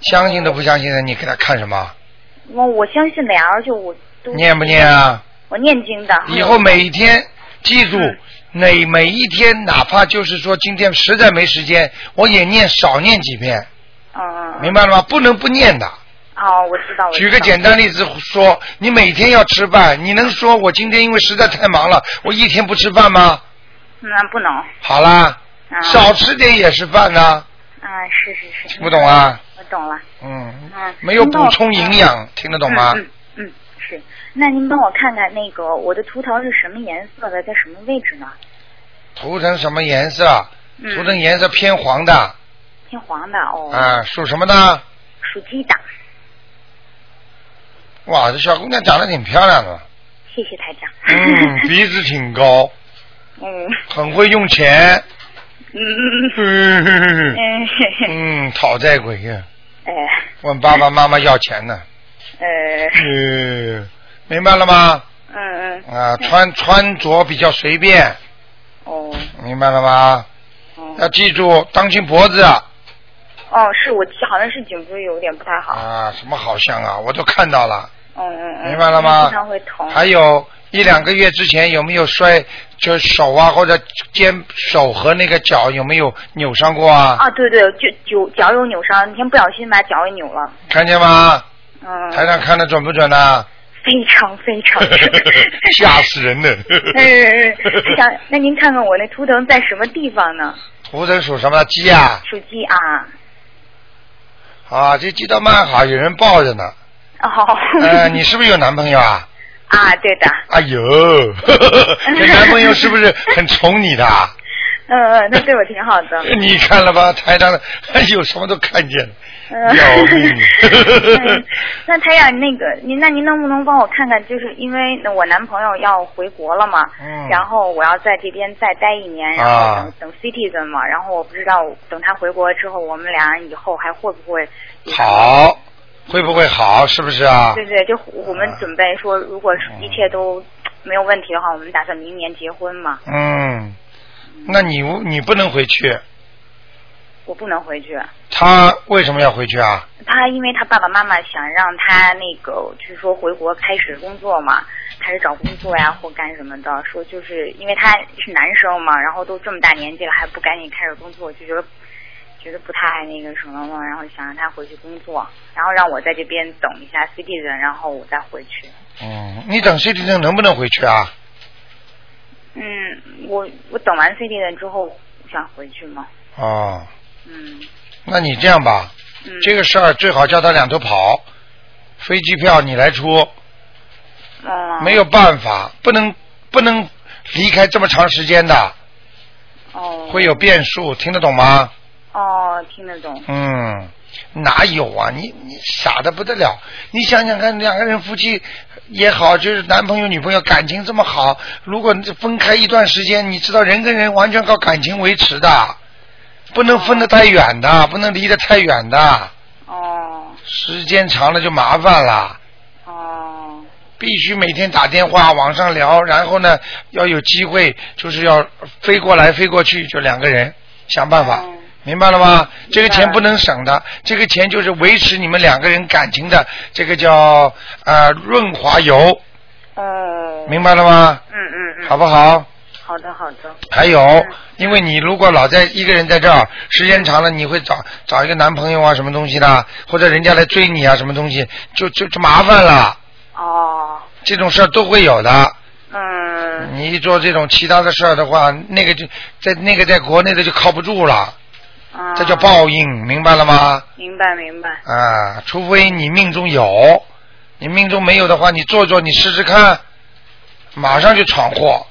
[SPEAKER 1] 相信都不相信的，你给他看什么？
[SPEAKER 10] 我我相信的呀，而且我都
[SPEAKER 1] 念不念啊？
[SPEAKER 10] 我念经的。嗯
[SPEAKER 1] 以后每一天记住，每每一天，哪怕就是说今天实在没时间，我也念少念几遍，
[SPEAKER 10] 嗯
[SPEAKER 1] 明白了吗？不能不念的。
[SPEAKER 10] 哦，我知道。我知道
[SPEAKER 1] 举个简单例子说，你每天要吃饭，你能说我今天因为实在太忙了，我一天不吃饭吗？
[SPEAKER 10] 那嗯不能
[SPEAKER 1] 好啦，
[SPEAKER 10] 啊。
[SPEAKER 1] 少吃点也是饭呐、
[SPEAKER 10] 啊，是是是。
[SPEAKER 1] 听不懂啊？
[SPEAKER 10] 我懂了。
[SPEAKER 1] 嗯，
[SPEAKER 10] 嗯。
[SPEAKER 1] 没有
[SPEAKER 10] 您帮
[SPEAKER 1] 补
[SPEAKER 10] 我
[SPEAKER 1] 充营养，听得懂吗？
[SPEAKER 10] 嗯嗯，嗯是。那您帮我看看那个我的图腾是什么颜色的，在什么位置呢？
[SPEAKER 1] 涂成什么颜色？
[SPEAKER 10] 嗯
[SPEAKER 1] 涂成颜色偏黄的
[SPEAKER 10] 偏黄的哦，
[SPEAKER 1] 啊，属什么呢？
[SPEAKER 10] 属鸡的。
[SPEAKER 1] 哇，这小姑娘长得挺漂亮的，
[SPEAKER 10] 谢谢台长。
[SPEAKER 1] 嗯，
[SPEAKER 10] [laughs]
[SPEAKER 1] 鼻子挺高，
[SPEAKER 10] 嗯
[SPEAKER 1] 很会用
[SPEAKER 10] [laughs]
[SPEAKER 1] 钱，嗯
[SPEAKER 10] 嗯嗯
[SPEAKER 1] 嗯，讨债鬼呀，
[SPEAKER 10] 呃
[SPEAKER 1] 问爸爸妈妈要钱呢，
[SPEAKER 10] 呃
[SPEAKER 1] 嗯，明白了吗？
[SPEAKER 10] 嗯嗯
[SPEAKER 1] 啊，穿穿着比较随便，
[SPEAKER 10] 哦
[SPEAKER 1] 明白了吗？要记住，当心脖子啊！
[SPEAKER 10] 哦，是我好像是颈椎有点不太好。
[SPEAKER 1] 啊什么好像啊，我都看到了，
[SPEAKER 10] 嗯嗯嗯。
[SPEAKER 1] 明白了吗
[SPEAKER 10] 经常会疼。
[SPEAKER 1] 还有一两个月之前有没有摔，就手啊或者肩、手和那个脚有没有扭伤过啊？
[SPEAKER 10] 啊，对对，就脚脚有扭伤，那天不小心把脚给扭了。
[SPEAKER 1] 看见吗？
[SPEAKER 10] 嗯。
[SPEAKER 1] 台上看的准不准啊？
[SPEAKER 10] 非常非常。 [laughs]
[SPEAKER 1] 吓死人了！
[SPEAKER 10] 嗯，想那您看看我那图腾在什么地方呢？
[SPEAKER 1] 图腾属什么鸡啊？
[SPEAKER 10] 属鸡啊。
[SPEAKER 1] 啊，这鸡倒蛮好，有人抱着呢。
[SPEAKER 10] 哦。
[SPEAKER 1] 呃，你是不是有男朋友啊？
[SPEAKER 10] 啊，对的，
[SPEAKER 1] 哎呦，这男朋友是不是很宠你的啊？
[SPEAKER 10] 嗯嗯，他对我挺好的。
[SPEAKER 1] 你看了吧，台上的，哎呦，什么都看见了，
[SPEAKER 10] 嗯
[SPEAKER 1] 要命！
[SPEAKER 10] 那台长，那个您，那您能不能帮我看看？就是因为我男朋友要回国了嘛，
[SPEAKER 1] 嗯
[SPEAKER 10] 然后我要在这边再待一年，然后等、
[SPEAKER 1] 啊
[SPEAKER 10] 等 citizen 嘛，然后我不知道等他回国之后，我们俩以后还会不会？
[SPEAKER 1] 好，会不会好？是不是啊？
[SPEAKER 10] 对对，就我们准备说，如果是一切都没有问题的话，我们打算明年结婚嘛。
[SPEAKER 1] 嗯，那你你不能回去，
[SPEAKER 10] 我不能回去，
[SPEAKER 1] 他为什么要回去啊？
[SPEAKER 10] 他因为他爸爸妈妈想让他那个，就是说回国开始工作嘛，开始找工作呀或干什么的，说就是因为他是男生嘛，然后都这么大年纪了还不赶紧开始工作，就觉得觉得不太那个什么嘛，然后想让他回去工作，然后让我在这边等一下 CD 人，然后我再回去。
[SPEAKER 1] 嗯，你等 C D 证能不能回去啊？
[SPEAKER 10] 嗯，我我等完 CD 人之后想回去嘛。嗯
[SPEAKER 1] 哦，那你这样吧，这个事儿最好叫他两头跑，飞机票你来出，
[SPEAKER 10] 嗯，
[SPEAKER 1] 没有办法，不能不能离开这么长时间的，
[SPEAKER 10] 哦，
[SPEAKER 1] 会有变数，听得懂吗？
[SPEAKER 10] 哦，听得懂。
[SPEAKER 1] 嗯，哪有啊？你你傻的不得了！你想想看，两个人夫妻也好，就是男朋友女朋友感情这么好，如果分开一段时间，你知道人跟人完全靠感情维持的，不能分得太远的，不能离得太远的。
[SPEAKER 10] 哦。
[SPEAKER 1] 时间长了就麻烦了。
[SPEAKER 10] 哦。
[SPEAKER 1] 必须每天打电话网上聊，然后呢，要有机会就是要飞过来飞过去，就两个人想办法。哦明白了吗？这个钱不能省的，这个钱就是维持你们两个人感情的，这个叫呃润滑油。呃。明白了吗？
[SPEAKER 10] 嗯嗯嗯。
[SPEAKER 1] 好不好？
[SPEAKER 10] 好的好的。
[SPEAKER 1] 还有，因为你如果老在一个人在这儿，时间长了，你会找找一个男朋友啊，什么东西的，或者人家来追你啊，什么东西，就就就麻烦了。
[SPEAKER 10] 哦。
[SPEAKER 1] 这种事儿都会有的。
[SPEAKER 10] 嗯。
[SPEAKER 1] 你一做这种其他的事儿的话，那个就在那个在国内的就靠不住了，
[SPEAKER 10] 啊。
[SPEAKER 1] 这叫报应，明白了吗？
[SPEAKER 10] 明白明白。
[SPEAKER 1] 啊，除非你命中有，你命中没有的话，你做做，你试试看，马上就闯祸。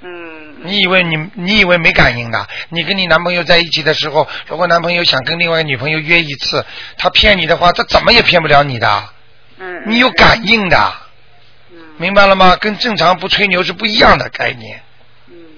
[SPEAKER 1] 嗯。你以为你你以为没感应的？你跟你男朋友在一起的时候，如果男朋友想跟另外一个女朋友约一次，他骗你的话，他怎么也骗不了你的。
[SPEAKER 10] [laughs] 嗯。
[SPEAKER 1] 你有感应的。明白了吗？跟正常不吹牛是不一样的概念。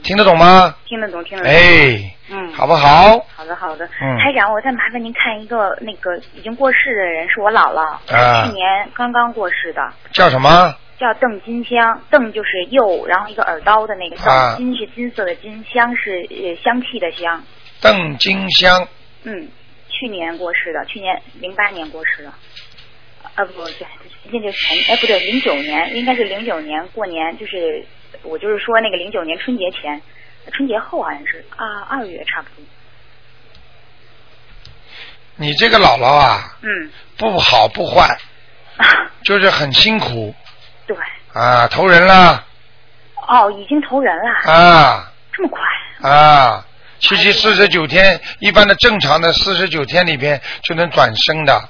[SPEAKER 1] 听得懂吗？
[SPEAKER 10] 听得懂听得懂。
[SPEAKER 1] 哎。
[SPEAKER 10] 嗯。
[SPEAKER 1] 好不好？
[SPEAKER 10] 好的好的。
[SPEAKER 1] 嗯
[SPEAKER 10] 台长，我再麻烦您看一个那个已经过世的人，是我姥姥，
[SPEAKER 1] 啊
[SPEAKER 10] 去年刚刚过世的。
[SPEAKER 1] 叫什么？
[SPEAKER 10] 叫邓金香，邓就是右，然后一个耳刀的那个邓，
[SPEAKER 1] 啊
[SPEAKER 10] 金是金色的金，香是呃香气的香。
[SPEAKER 1] 邓金香，
[SPEAKER 10] 嗯，去年过世的，去年零八年过世的。啊不对，那就前哎不对，零九年应该是零九年过年，就是我就是说那个零九年春节前，春节后好像是啊二月差不多。
[SPEAKER 1] 你这个姥姥啊，
[SPEAKER 10] 嗯， [laughs]
[SPEAKER 1] 不好不坏，就是很辛苦
[SPEAKER 10] 对，
[SPEAKER 1] 啊，投人啦
[SPEAKER 10] 哦已经投人了，
[SPEAKER 1] 啊
[SPEAKER 10] 这么快？
[SPEAKER 1] 啊，七
[SPEAKER 10] 哎
[SPEAKER 1] 七四十九天，一般的正常的四十九天里边就能转生的。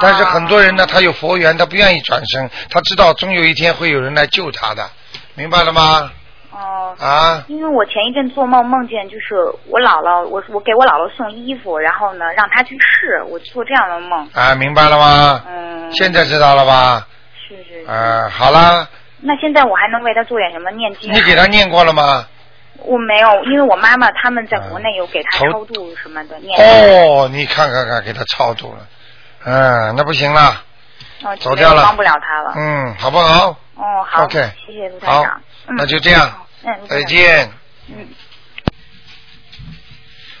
[SPEAKER 1] 但是很多人
[SPEAKER 10] 啊
[SPEAKER 1] 呢，他有佛缘，他不愿意转生，他知道终有一天会有人来救他的，明白了吗？
[SPEAKER 10] 哦
[SPEAKER 1] 啊，
[SPEAKER 10] 因为我前一阵做梦梦见，就是我姥姥，我我给我姥姥送衣服，然后呢让她去试，我做这样的梦。
[SPEAKER 1] 啊，明白了吗？
[SPEAKER 10] 嗯，
[SPEAKER 1] 现在知道了吧？
[SPEAKER 10] 是是。
[SPEAKER 1] 啊，好啦，
[SPEAKER 10] 那现在我还能为她做点什么念经？啊
[SPEAKER 1] 你给他念过了吗？
[SPEAKER 10] 我没有，因为我妈妈他们在国内有给她超度什么的念。
[SPEAKER 1] 嗯哦，你看看看，给他超度了，嗯，那不行了。
[SPEAKER 10] 哦，
[SPEAKER 1] 走掉了
[SPEAKER 10] 帮不了她了。
[SPEAKER 1] 嗯，好不好？
[SPEAKER 10] 哦，好
[SPEAKER 1] OK
[SPEAKER 10] 谢谢卢台
[SPEAKER 1] 好
[SPEAKER 10] 长。，嗯
[SPEAKER 1] 那就这样，
[SPEAKER 10] 嗯，卢台长
[SPEAKER 1] 再见。
[SPEAKER 10] 嗯。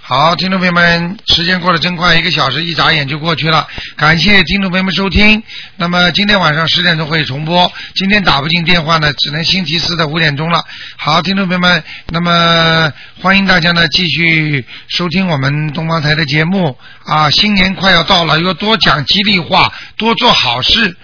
[SPEAKER 1] 好，听众朋友们，时间过得真快，一个小时一眨眼就过去了。感谢听众朋友们收听。那么今天晚上十点钟会重播，今天打不进电话呢，只能星期四的五点钟了。好，听众朋友们，那么欢迎大家呢继续收听我们东方台的节目啊！新年快要到了，要多讲吉利话，多做好事。